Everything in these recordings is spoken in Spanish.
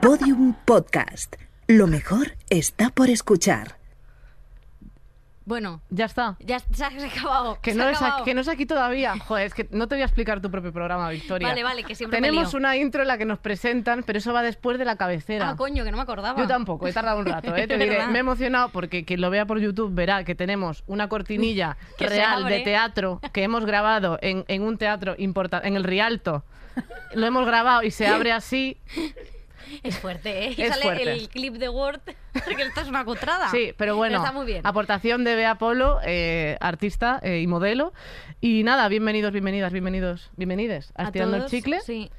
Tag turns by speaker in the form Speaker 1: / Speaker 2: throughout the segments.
Speaker 1: Podium Podcast. Lo mejor está por escuchar.
Speaker 2: Bueno,
Speaker 3: Ya está.
Speaker 2: ya se ha se ha acabado.
Speaker 3: Que
Speaker 2: se
Speaker 3: no,
Speaker 2: ha
Speaker 3: es,
Speaker 2: acabado.
Speaker 3: que no es aquí todavía. Joder, es que no te voy a explicar tu propio programa, Victoria.
Speaker 2: Vale, vale, que siempre me
Speaker 3: Tenemos
Speaker 2: lío.
Speaker 3: una intro en la que nos presentan, pero eso va después de la cabecera.
Speaker 2: Ah, coño, que no me acordaba.
Speaker 3: Yo tampoco, he tardado un rato, ¿eh? te
Speaker 2: Es
Speaker 3: diré.
Speaker 2: verdad.
Speaker 3: Me he emocionado porque quien lo vea por YouTube verá que tenemos una cortinilla
Speaker 2: Que se
Speaker 3: real
Speaker 2: abre.
Speaker 3: de teatro que hemos grabado en, en un teatro importante, en el Rialto. Lo hemos grabado y se abre así.
Speaker 2: Es fuerte, ¿eh? Y
Speaker 3: Es
Speaker 2: sale
Speaker 3: fuerte.
Speaker 2: el clip de Word, porque esto es una cutrada.
Speaker 3: Sí, pero bueno,
Speaker 2: está muy bien.
Speaker 3: aportación de Bea Polo, eh, artista eh, y modelo. Y nada, bienvenidos, bienvenidas, bienvenidos, bienvenides. A
Speaker 2: A
Speaker 3: Estirando el
Speaker 2: todos,
Speaker 3: Chicle.
Speaker 2: Sí,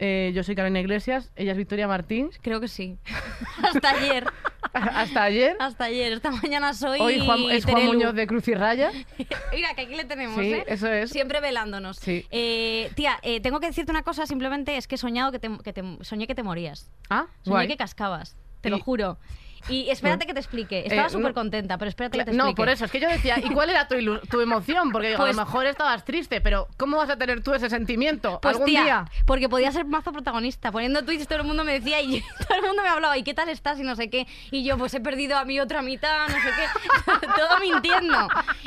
Speaker 3: Eh, yo soy Carolina Iglesias, ella es Victoria Martín.
Speaker 2: creo que sí. Hasta ayer,
Speaker 3: Hasta ayer.
Speaker 2: hasta ayer. Esta mañana soy
Speaker 3: Hoy Juan- es Juan
Speaker 2: Terelu.
Speaker 3: Muñoz de Cruz y Raya.
Speaker 2: Mira, que aquí le tenemos,
Speaker 3: Sí,
Speaker 2: ¿eh?
Speaker 3: eso es.
Speaker 2: Siempre velándonos.
Speaker 3: Sí.
Speaker 2: Eh, tía, eh, tengo que decirte una cosa, simplemente es que he soñado que te, que te- soñé que te morías.
Speaker 3: Ah,
Speaker 2: Soñé
Speaker 3: guay.
Speaker 2: que cascabas, te lo
Speaker 3: Y- Eh,
Speaker 2: juro. Y espérate que te explique. Estaba
Speaker 3: no.
Speaker 2: súper contenta, pero espérate que te explique.
Speaker 3: No, por eso, es que yo decía, ¿y cuál era tu, ilu- tu emoción? Porque digo,
Speaker 2: Pues-
Speaker 3: a lo mejor estabas triste, pero ¿cómo vas a tener tú ese sentimiento
Speaker 2: Pues
Speaker 3: algún
Speaker 2: tía,
Speaker 3: día?
Speaker 2: porque podía ser mazo protagonista. Poniendo tweets todo el mundo me decía y todo el mundo me hablaba, ¿y qué tal estás? Y no sé qué. Y yo, pues he perdido a mi otra mitad, no sé qué. todo mintiendo.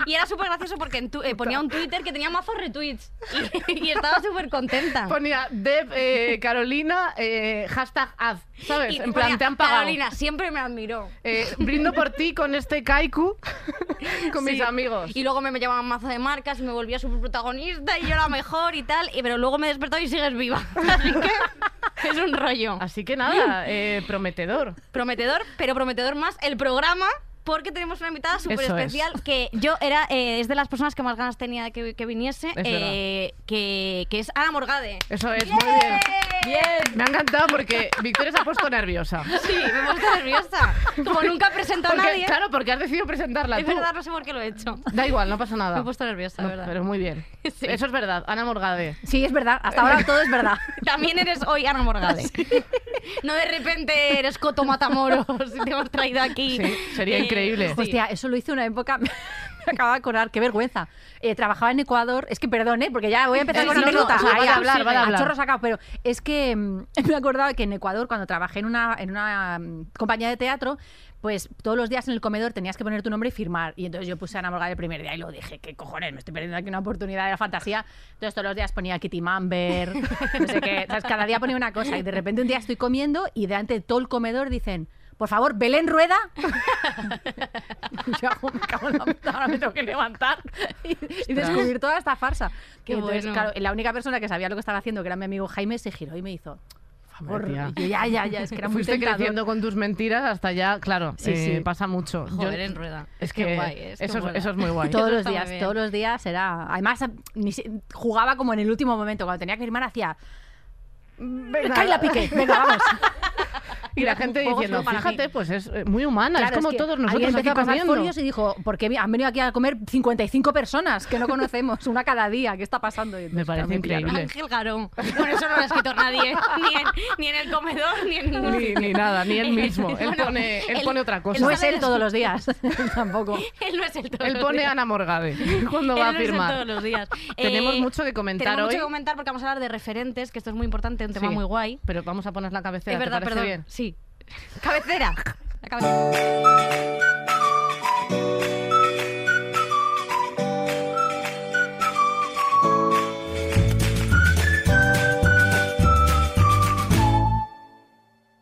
Speaker 2: Y era súper gracioso porque en tu- eh, ponía un Twitter que tenía mazo retweets. Y, y estaba súper contenta.
Speaker 3: Ponía Deb, eh, Carolina, eh, hashtag haz, ¿sabes?
Speaker 2: Y
Speaker 3: en plan,
Speaker 2: ponía,
Speaker 3: te han pagado.
Speaker 2: Carolina siempre me admiró.
Speaker 3: Eh, brindo por ti con este kaiku, con mis
Speaker 2: Sí.
Speaker 3: amigos.
Speaker 2: Y luego me llamaban mazo de marcas y me volvía súper protagonista y yo la mejor y tal. Y, pero luego me despertó y sigues viva. Así que es un rollo.
Speaker 3: Así que nada, eh, prometedor.
Speaker 2: prometedor, pero prometedor más el programa. Porque tenemos una invitada súper
Speaker 3: Eso es.
Speaker 2: especial que yo era, eh, es de las personas que más ganas tenía de que, que viniese,
Speaker 3: verdad.
Speaker 2: eh, que, que es Ana Morgade.
Speaker 3: Eso es,
Speaker 2: ¡Bien!
Speaker 3: muy bien. Me ha encantado porque Victoria se ha puesto nerviosa.
Speaker 2: Sí, me he puesto nerviosa. Como nunca presento a
Speaker 3: Porque-
Speaker 2: nadie,
Speaker 3: Claro, porque has decidido presentarla
Speaker 2: es
Speaker 3: tú.
Speaker 2: verdad, no sé por qué lo he hecho.
Speaker 3: Da igual, no pasa nada.
Speaker 2: Me he puesto nerviosa,
Speaker 3: No,
Speaker 2: de verdad.
Speaker 3: Pero muy bien.
Speaker 2: Sí.
Speaker 3: Eso es verdad, Ana Morgade.
Speaker 4: Sí, es verdad. Hasta ahora todo es verdad.
Speaker 2: También eres hoy Ana Morgade. No de repente eres Coto Matamoros y te hemos traído aquí. Eh,
Speaker 3: Sí, sería increíble.
Speaker 2: sí.
Speaker 4: Pues, Hostia, eso lo hice una época. Me acabo de acordar, qué vergüenza. Eh, trabajaba en Ecuador. Es que perdón, ¿eh? porque ya voy a empezar
Speaker 3: Eh,
Speaker 4: con
Speaker 3: no, no,
Speaker 4: anécdotas.
Speaker 3: o sea,
Speaker 4: Ahí
Speaker 3: vale
Speaker 4: a-
Speaker 3: hablar, vale
Speaker 4: a
Speaker 3: hablar.
Speaker 4: chorro sacado, pero es que mm, me acordaba que en Ecuador, cuando trabajé en una, en una mm, compañía de teatro, pues todos los días en el comedor tenías que poner tu nombre y firmar. Y entonces yo puse Ana Morgade el primer día y lo dije, ¿qué cojones? Me estoy perdiendo aquí una oportunidad de la fantasía. Entonces todos los días ponía Kitty Mamber, no sé qué. ¿sabes? Cada día ponía una cosa. Y de repente un día estoy comiendo y delante de todo el comedor dicen, por favor, Belén Rueda. Yo hago, me cago en la puta, ahora me tengo que levantar y, y descubrir toda esta farsa.
Speaker 2: Qué
Speaker 4: Y entonces,
Speaker 2: bueno.
Speaker 4: claro, la única persona que sabía lo que estaba haciendo, que era mi amigo Jaime, se giró y me hizo, por favor,
Speaker 3: Hombre, tía.
Speaker 4: Y yo, ya, ya, ya, es que era muy
Speaker 3: Fuiste
Speaker 4: tentador.
Speaker 3: creciendo con tus mentiras hasta ya, claro,
Speaker 4: Sí,
Speaker 3: eh,
Speaker 4: sí.
Speaker 3: pasa mucho. Yo-
Speaker 2: Joder, en rueda.
Speaker 3: Es que
Speaker 2: Qué guay, es que
Speaker 3: eso, es,
Speaker 2: mola.
Speaker 3: eso es muy guay.
Speaker 2: Eso
Speaker 4: Todos los
Speaker 2: está muy
Speaker 4: días,
Speaker 2: bien.
Speaker 4: todos los días era... Además, ni si- jugaba como en el último momento, cuando tenía que firmar hacía... Venga, la piqué, venga, vamos.
Speaker 3: y la gente
Speaker 4: juegos
Speaker 3: diciendo,
Speaker 4: no para mí.
Speaker 3: fíjate, pues es eh, muy humana,
Speaker 4: Claro,
Speaker 3: es como
Speaker 4: que
Speaker 3: todos
Speaker 4: alguien
Speaker 3: nosotros aquí
Speaker 4: empezó a pasar
Speaker 3: comiendo.
Speaker 4: folios y dijo, ¿por qué han venido aquí a comer 55 personas que no conocemos, una cada día? ¿Qué está pasando? Y
Speaker 3: Me
Speaker 4: entonces,
Speaker 3: parece
Speaker 4: claro,
Speaker 3: increíble.
Speaker 2: Ángel Garón. Bueno, eso no lo ha escrito nadie. Ni en, ni en el comedor, ni en ningún
Speaker 3: Ni,
Speaker 2: sitio.
Speaker 3: ni nada, ni él mismo. Él,
Speaker 2: Bueno,
Speaker 3: pone, él
Speaker 2: él-
Speaker 3: pone otra cosa.
Speaker 4: No
Speaker 2: Él
Speaker 4: es
Speaker 2: sabe
Speaker 4: él todos los días, tampoco.
Speaker 2: Él no es el todo.
Speaker 3: Él pone Ana Morgade cuando va a firmar.
Speaker 2: todos los días. Eh,
Speaker 3: Tenemos mucho que comentar
Speaker 2: tenemos
Speaker 3: hoy.
Speaker 2: mucho que comentar porque vamos a hablar de referentes, que esto es muy importante, un tema
Speaker 3: Sí.
Speaker 2: muy guay.
Speaker 3: Pero vamos a poner la cabecera,
Speaker 2: es verdad,
Speaker 3: ¿te parece
Speaker 2: perdón.
Speaker 3: bien?
Speaker 2: Sí. Cabecera. La cabecera.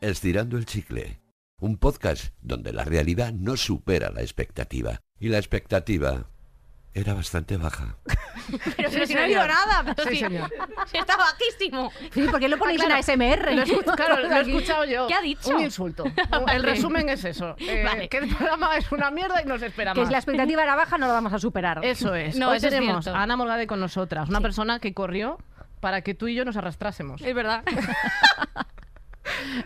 Speaker 5: Estirando el chicle. Un podcast donde la realidad no supera la expectativa. Y la expectativa era bastante baja.
Speaker 2: Pero, pero
Speaker 3: Sí,
Speaker 2: si no ha
Speaker 3: señor.
Speaker 2: habido nada. Pero
Speaker 3: Sí,
Speaker 2: si,
Speaker 3: señor.
Speaker 2: si está bajísimo.
Speaker 4: Sí, ¿por qué Ah, lo ponéis
Speaker 3: claro.
Speaker 4: en ASMR?
Speaker 3: Lo he escuch- claro, lo he escuchado yo.
Speaker 2: ¿Qué ha dicho?
Speaker 3: Un insulto. El
Speaker 2: Vale.
Speaker 3: resumen es eso. Eh,
Speaker 2: Vale.
Speaker 3: Que el programa es una mierda y nos espera
Speaker 4: que
Speaker 3: más.
Speaker 4: es la expectativa era baja, no la vamos a superar.
Speaker 3: Eso es.
Speaker 2: No,
Speaker 3: Hoy
Speaker 2: eso es
Speaker 3: tenemos
Speaker 2: cierto.
Speaker 3: a Ana Morgade con nosotras, una persona que corrió para que tú y yo nos arrastrásemos.
Speaker 2: Es verdad.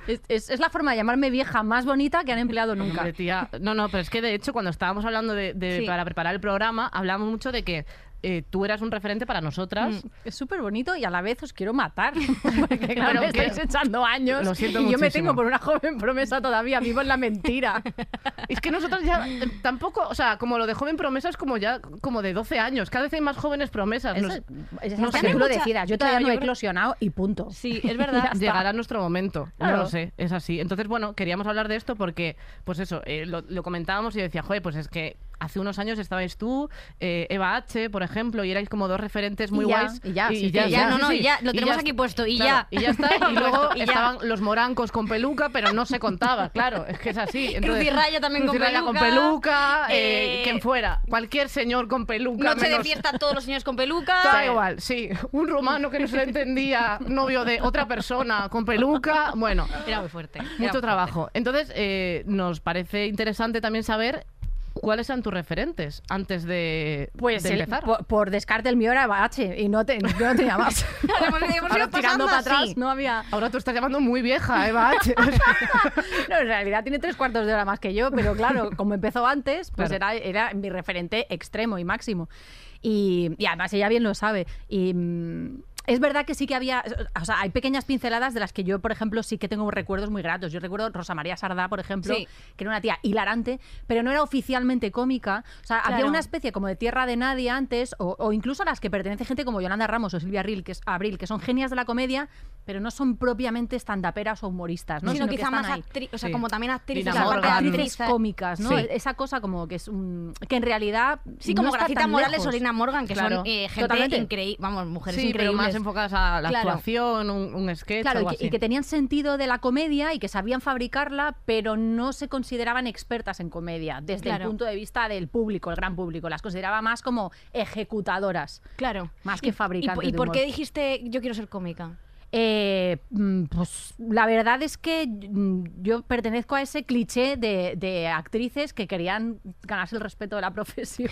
Speaker 4: Es, es- es la forma de llamarme vieja más bonita que han empleado nunca.
Speaker 3: Hombre, tía. No, no, pero es que de hecho cuando estábamos hablando de, de-
Speaker 2: Sí.
Speaker 3: para preparar el programa, hablamos mucho de que eh, tú eras un referente para
Speaker 2: Mm.
Speaker 3: nosotras.
Speaker 4: Es súper bonito y a la vez os quiero matar. Porque claro,
Speaker 3: Pero
Speaker 4: me
Speaker 3: que-
Speaker 4: estáis echando años.
Speaker 3: Lo siento
Speaker 4: y yo me
Speaker 3: muchísimo.
Speaker 4: tengo por una joven promesa todavía, vivo en la mentira.
Speaker 3: Es que nosotros ya eh, tampoco, o sea, como lo de joven promesa es como ya como de 12 años. Cada vez hay más jóvenes promesas. Nos-
Speaker 4: Eso- es hasta
Speaker 3: sé.
Speaker 4: que tú lo
Speaker 2: Mucha-
Speaker 4: decidas. Yo
Speaker 2: claro,
Speaker 4: todavía
Speaker 2: yo
Speaker 4: no he
Speaker 2: creo-
Speaker 4: eclosionado y punto.
Speaker 2: Sí, es verdad.
Speaker 4: Ya. está.
Speaker 3: Llegará nuestro momento,
Speaker 4: Claro.
Speaker 3: no lo sé, es así. Entonces, bueno, queríamos hablar de esto porque, pues eso, eh, lo, lo comentábamos y yo decía, joder, pues es que hace unos años estabais tú, eh, Eva H, por ejemplo, y erais como dos referentes muy
Speaker 4: Y ya,
Speaker 3: guays.
Speaker 4: y ya, sí,
Speaker 2: que ya, no, no, y ya, lo tenemos aquí pues, puesto, y
Speaker 3: claro,
Speaker 2: ya.
Speaker 3: Y ya está, y luego
Speaker 2: Y ya.
Speaker 3: estaban los morancos con peluca, pero no se contaba, claro, es que es así.
Speaker 2: Cruz
Speaker 3: Entonces,
Speaker 2: y Raya también
Speaker 3: Cruz
Speaker 2: con
Speaker 3: y Raya
Speaker 2: peluca,
Speaker 3: peluca, eh,
Speaker 2: eh,
Speaker 3: quien fuera, cualquier señor con peluca.
Speaker 2: Noche de
Speaker 3: menos-
Speaker 2: fiesta, todos los señores con peluca.
Speaker 3: Da igual, sí. Un rumano que no se le entendía, novio de otra persona con peluca. Bueno,
Speaker 2: Era muy fuerte. era muy
Speaker 3: mucho
Speaker 2: fuerte.
Speaker 3: trabajo. Entonces, eh, nos parece interesante también saber cuáles eran tus referentes antes de,
Speaker 4: Pues
Speaker 3: de
Speaker 4: el-
Speaker 3: empezar.
Speaker 4: por, por descarte el mío era Bache y no te, yo no tenía más.
Speaker 2: Hemos ido
Speaker 4: Ahora tirando
Speaker 2: pasando
Speaker 4: para
Speaker 2: así.
Speaker 4: atrás no había.
Speaker 3: Ahora tú estás llamando muy vieja, ¿eh, Eva H.
Speaker 4: No, en realidad tiene tres cuartos de hora más que yo, pero claro, como empezó antes, pues
Speaker 3: Claro.
Speaker 4: era, era mi referente extremo y máximo. Y, y además ella bien lo sabe. Y. mm, es verdad que sí que había, o sea, hay pequeñas pinceladas de las que yo, por ejemplo, sí que tengo recuerdos muy gratos. Yo recuerdo Rosa María Sardá, por ejemplo,
Speaker 2: Sí.
Speaker 4: que era una tía hilarante, pero no era oficialmente cómica. O sea, había
Speaker 2: Claro.
Speaker 4: una especie como de tierra de nadie antes, o, o incluso a las que pertenece gente como Yolanda Ramos o Silvia Ril, que es, Abril, que son genias de la comedia, pero no son propiamente estandaperas o humoristas, ¿no?
Speaker 2: sino,
Speaker 4: que
Speaker 2: quizá
Speaker 4: están
Speaker 2: más
Speaker 4: ahí.
Speaker 2: actriz, o sea,
Speaker 3: Sí.
Speaker 2: como también actrices,
Speaker 3: Dina
Speaker 2: la parte de
Speaker 3: Morgan.
Speaker 4: actrices
Speaker 2: actriz,
Speaker 4: cómica, cómicas, ¿no? E-,
Speaker 3: Sí.
Speaker 4: Esa cosa como que es un... que en realidad
Speaker 2: Sí,
Speaker 4: no
Speaker 2: como
Speaker 4: está tan
Speaker 2: Gracita Morales
Speaker 4: lejos.
Speaker 2: o Lina Morgan, que
Speaker 3: Claro.
Speaker 2: son eh, gente
Speaker 4: Totalmente.
Speaker 2: increíble, vamos, mujeres
Speaker 3: Sí, pero
Speaker 2: increíbles.
Speaker 3: más enfocadas a la
Speaker 2: Claro.
Speaker 3: actuación, un, un sketch,
Speaker 4: Claro, y
Speaker 3: algo
Speaker 4: que, y
Speaker 3: así.
Speaker 4: que tenían sentido de la comedia y que sabían fabricarla, pero no se consideraban expertas en comedia desde
Speaker 2: Claro.
Speaker 4: el punto de vista del público, el gran público. Las consideraba más como ejecutadoras,
Speaker 2: Claro.
Speaker 4: más que
Speaker 2: ¿Y, po-
Speaker 4: fabricantes.
Speaker 2: y
Speaker 4: de
Speaker 2: por
Speaker 4: humor.
Speaker 2: qué dijiste yo quiero ser cómica?
Speaker 4: Eh, mm, pues la verdad es que mm, yo pertenezco a ese cliché de, de actrices que querían ganarse el respeto de la profesión.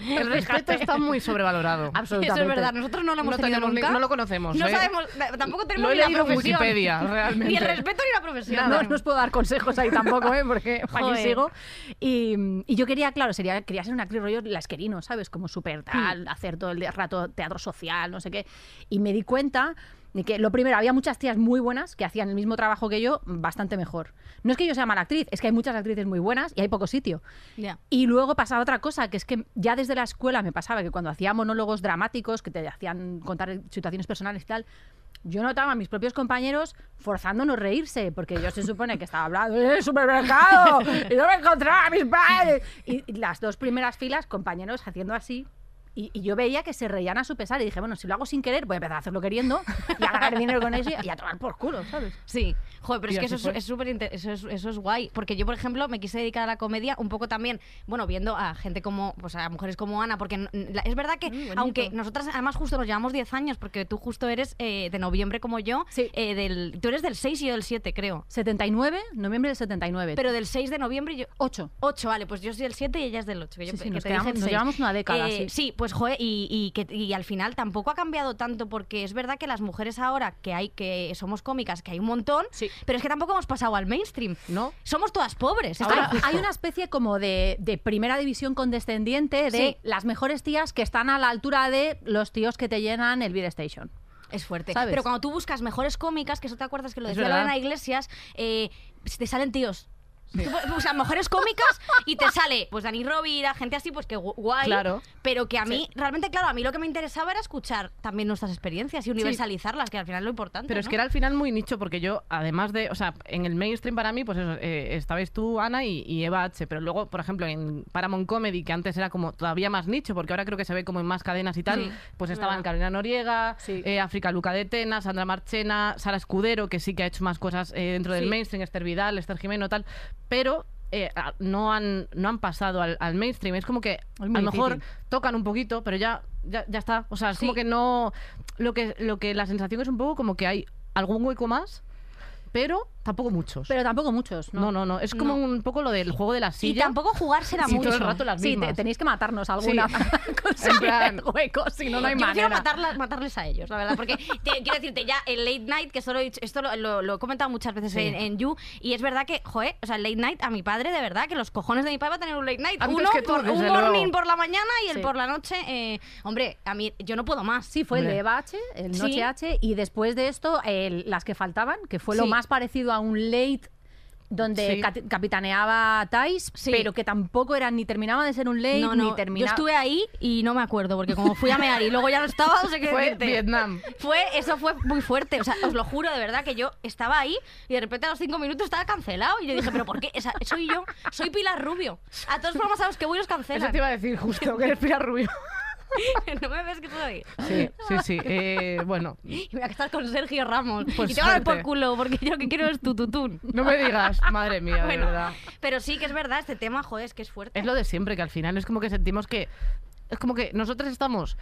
Speaker 3: El respeto está muy sobrevalorado.
Speaker 4: Absolutamente.
Speaker 2: Eso es verdad, nosotros no lo hemos
Speaker 3: No,
Speaker 2: tenido
Speaker 3: tenemos ni-
Speaker 2: nunca.
Speaker 3: no lo conocemos.
Speaker 2: No
Speaker 3: ¿eh?
Speaker 2: sabemos, tampoco tenemos
Speaker 3: Lo he
Speaker 2: ni la
Speaker 3: leído en
Speaker 2: profesión.
Speaker 3: Wikipedia,
Speaker 2: Ni el
Speaker 3: realmente.
Speaker 2: respeto ni la profesión.
Speaker 4: No,
Speaker 2: tenemos.
Speaker 4: no os puedo dar consejos ahí tampoco, ¿eh? Porque aquí
Speaker 2: Joder.
Speaker 4: sigo. Y, mm, y yo quería, claro, sería, quería ser una actriz rollo lasquerino, ¿sabes? Como súper tal, hacer todo el de- rato teatro social, no sé qué. Y me di cuenta de que, lo primero, había muchas tías muy buenas que hacían el mismo trabajo que yo, bastante mejor. No es que yo sea mala actriz, es que hay muchas actrices muy buenas y hay poco sitio.
Speaker 2: Ya.
Speaker 4: Y luego pasaba otra cosa, que es que ya desde la escuela me pasaba que cuando hacía monólogos dramáticos, que te hacían contar situaciones personales y tal, yo notaba a mis propios compañeros forzándonos reírse, porque yo se supone que estaba hablando en el supermercado y no me encontraba a mis padres. Y, y las dos primeras filas, compañeros haciendo así. Y, y yo veía que se reían a su pesar y dije, bueno, si lo hago sin querer, voy a empezar a hacerlo queriendo y a ganar dinero con eso y a tomar por culo, ¿sabes?
Speaker 2: Sí, joder, pero
Speaker 3: Y
Speaker 2: es que
Speaker 3: así
Speaker 2: eso es,
Speaker 3: fue.
Speaker 2: es súper inter- eso es, eso es guay, porque yo, por ejemplo, me quise dedicar a la comedia un poco también, bueno, viendo a gente como, pues a mujeres como Ana, porque n- la- es verdad que,
Speaker 4: bonito.
Speaker 2: aunque nosotras además justo nos llevamos 10 años, porque tú justo eres eh, de noviembre como yo,
Speaker 4: Sí.
Speaker 2: eh, del, tú eres del 6 y yo del 7, creo,
Speaker 4: 79, noviembre del 79.
Speaker 2: pero del 6 de noviembre y yo...
Speaker 4: 8.
Speaker 2: 8, vale, pues yo soy del 7 y ella es del 8. que yo pe-
Speaker 4: Sí, sí,
Speaker 2: que
Speaker 4: nos
Speaker 2: te dije
Speaker 4: quedamos-
Speaker 2: el
Speaker 4: nos
Speaker 2: seis.
Speaker 4: llevamos una década, sí.
Speaker 2: pues joder, y, y que, y al final tampoco ha cambiado tanto porque es verdad que las mujeres ahora que hay que somos cómicas, que hay un montón,
Speaker 3: Sí.
Speaker 2: pero es que tampoco hemos pasado al mainstream.
Speaker 3: No.
Speaker 2: Somos todas pobres.
Speaker 4: Hay-
Speaker 2: Estamos-
Speaker 4: hay, una especie como de, de primera división condescendiente de
Speaker 2: Sí.
Speaker 4: las mejores tías que están a la altura de los tíos que te llenan el Beer Station.
Speaker 2: Es fuerte.
Speaker 4: ¿Sabes?
Speaker 2: Pero cuando tú buscas mejores cómicas, que eso te acuerdas que lo
Speaker 3: Es
Speaker 2: decía
Speaker 3: verdad.
Speaker 2: Lorena Iglesias, eh, te salen tíos. Tú pu- buscas mujeres cómicas y te sale pues Dani Rovira, gente así, pues que gu- guay.
Speaker 3: Claro.
Speaker 2: Pero que a mí, realmente, claro, a mí lo que me interesaba era escuchar también nuestras experiencias y universalizarlas, que al final es lo importante.
Speaker 3: Pero es
Speaker 2: ¿no?
Speaker 3: que era al final muy nicho, porque yo, además de, o sea, en el mainstream para mí, pues eso, eh, estabais tú, Ana, y, y Eva H. Pero luego, por ejemplo, en Paramount Comedy, que antes era como todavía más nicho, porque ahora creo que se ve como en más cadenas y tal,
Speaker 2: Sí, es
Speaker 3: pues estaban
Speaker 2: verdad.
Speaker 3: Carolina Noriega,
Speaker 4: Sí.
Speaker 3: eh, África Luca de Tena, Sandra Marchena, Sara Escudero, que sí que ha hecho más cosas eh, dentro del
Speaker 2: Sí.
Speaker 3: mainstream, Esther Vidal, Esther Jimeno, tal. Pero. eh, a- no, han, no han pasado al, al mainstream. Es como que a
Speaker 4: muy
Speaker 3: lo mejor
Speaker 4: difícil.
Speaker 3: tocan un poquito, pero ya, ya, ya está. O sea, es como
Speaker 2: Sí.
Speaker 3: que no. Lo que, lo que la sensación es un poco como que hay algún hueco más, pero tampoco muchos.
Speaker 4: Pero tampoco muchos, ¿no?
Speaker 3: no, no, no. Es como un poco lo del juego de la
Speaker 2: Y
Speaker 3: silla.
Speaker 2: tampoco jugársela
Speaker 3: Sí,
Speaker 2: mucho.
Speaker 3: todo el rato las
Speaker 4: Sí, te-
Speaker 3: mismas.
Speaker 4: tenéis que matarnos
Speaker 3: Sí.
Speaker 4: alguna con
Speaker 3: En plan-
Speaker 4: huecos, si no, no hay
Speaker 2: Yo prefiero
Speaker 4: manera.
Speaker 2: matarla- matarles a ellos, la verdad, porque te- quiero decirte ya el late night, que solo he dicho- esto lo, lo- lo he comentado muchas veces en, en You, y es verdad que, joder, o sea, el late night a mi padre, de verdad, que los cojones de mi padre va a tener un late night.
Speaker 3: Antes
Speaker 2: Uno,
Speaker 3: que tú,
Speaker 2: por-
Speaker 3: desde
Speaker 2: un
Speaker 3: luego.
Speaker 2: morning por la mañana y el
Speaker 4: Sí.
Speaker 2: por la noche. eh, hombre, a mí, yo no puedo más.
Speaker 4: Sí, fue
Speaker 3: Hombre.
Speaker 4: el de Bache, el
Speaker 2: Sí.
Speaker 4: Noche H, y después de esto, el- las que faltaban, que fue lo
Speaker 2: Sí.
Speaker 4: más parecido a un late donde
Speaker 3: Sí.
Speaker 4: cat- capitaneaba Thais,
Speaker 2: Sí.
Speaker 4: pero que tampoco era ni terminaba de ser un late
Speaker 2: No, no,
Speaker 4: ni
Speaker 2: yo
Speaker 4: terminaba.
Speaker 2: estuve ahí y no me acuerdo, porque como fui a mear y luego ya no estaba, no sé qué
Speaker 3: Fue
Speaker 2: decirte.
Speaker 3: Vietnam.
Speaker 2: Fue, eso fue muy fuerte, o sea, os lo juro de verdad que yo estaba ahí y de repente a los cinco minutos estaba cancelado y yo dije, pero ¿por qué? O sea, soy yo, soy Pilar Rubio. A todos los programas a los que voy los
Speaker 3: Eso
Speaker 2: cancelan.
Speaker 3: te iba a decir justo, que eres Pilar Rubio.
Speaker 2: no me ves que soy.
Speaker 3: Sí, sí, sí. eh, bueno,
Speaker 2: Y me voy a estar con Sergio Ramos.
Speaker 3: Pues
Speaker 2: y te van a dar por
Speaker 3: suerte.
Speaker 2: culo porque yo lo que quiero es tu tutún.
Speaker 3: no me digas, madre mía, de
Speaker 2: Bueno,
Speaker 3: verdad.
Speaker 2: pero sí que es verdad, este tema, joder, es que es fuerte.
Speaker 3: Es lo de siempre, que al final es como que sentimos que. Es como que nosotros estamos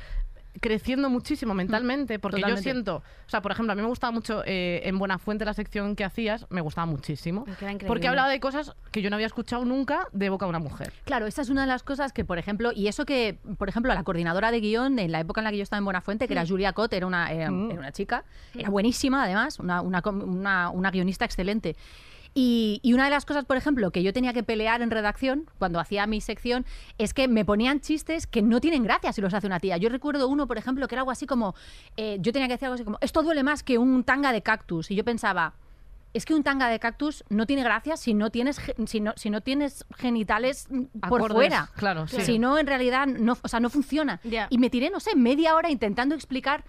Speaker 3: creciendo muchísimo mentalmente, porque yo
Speaker 4: Totalmente.
Speaker 3: siento. O sea, por ejemplo, a mí me gustaba mucho eh, en Buenafuente la sección que hacías, me gustaba muchísimo.
Speaker 2: Es que era increíble.
Speaker 3: Porque hablaba de cosas que yo no había escuchado nunca de boca de una mujer.
Speaker 4: Claro, esa es una de las cosas que, por ejemplo, y eso que, por ejemplo, la coordinadora de guión en la época en la que yo estaba en Buenafuente, que era Julia Cott, era una, era-
Speaker 3: Mm.
Speaker 4: era una chica, era buenísima además, una, una com- una- una guionista excelente. Y, y una de las cosas, por ejemplo, que yo tenía que pelear en redacción cuando hacía mi sección es que me ponían chistes que no tienen gracia si los hace una tía. Yo recuerdo uno, por ejemplo, que era algo así como, eh, yo tenía que decir algo así como, esto duele más que un tanga de cactus. Y yo pensaba, es que un tanga de cactus no tiene gracia si no tienes, ge- si no, si no tienes genitales mm, por
Speaker 3: Acordes,
Speaker 4: fuera.
Speaker 3: claro, sí.
Speaker 4: Si no, en realidad, no, o sea, no funciona.
Speaker 2: Ya.
Speaker 4: Y me tiré, no sé, media hora intentando explicar.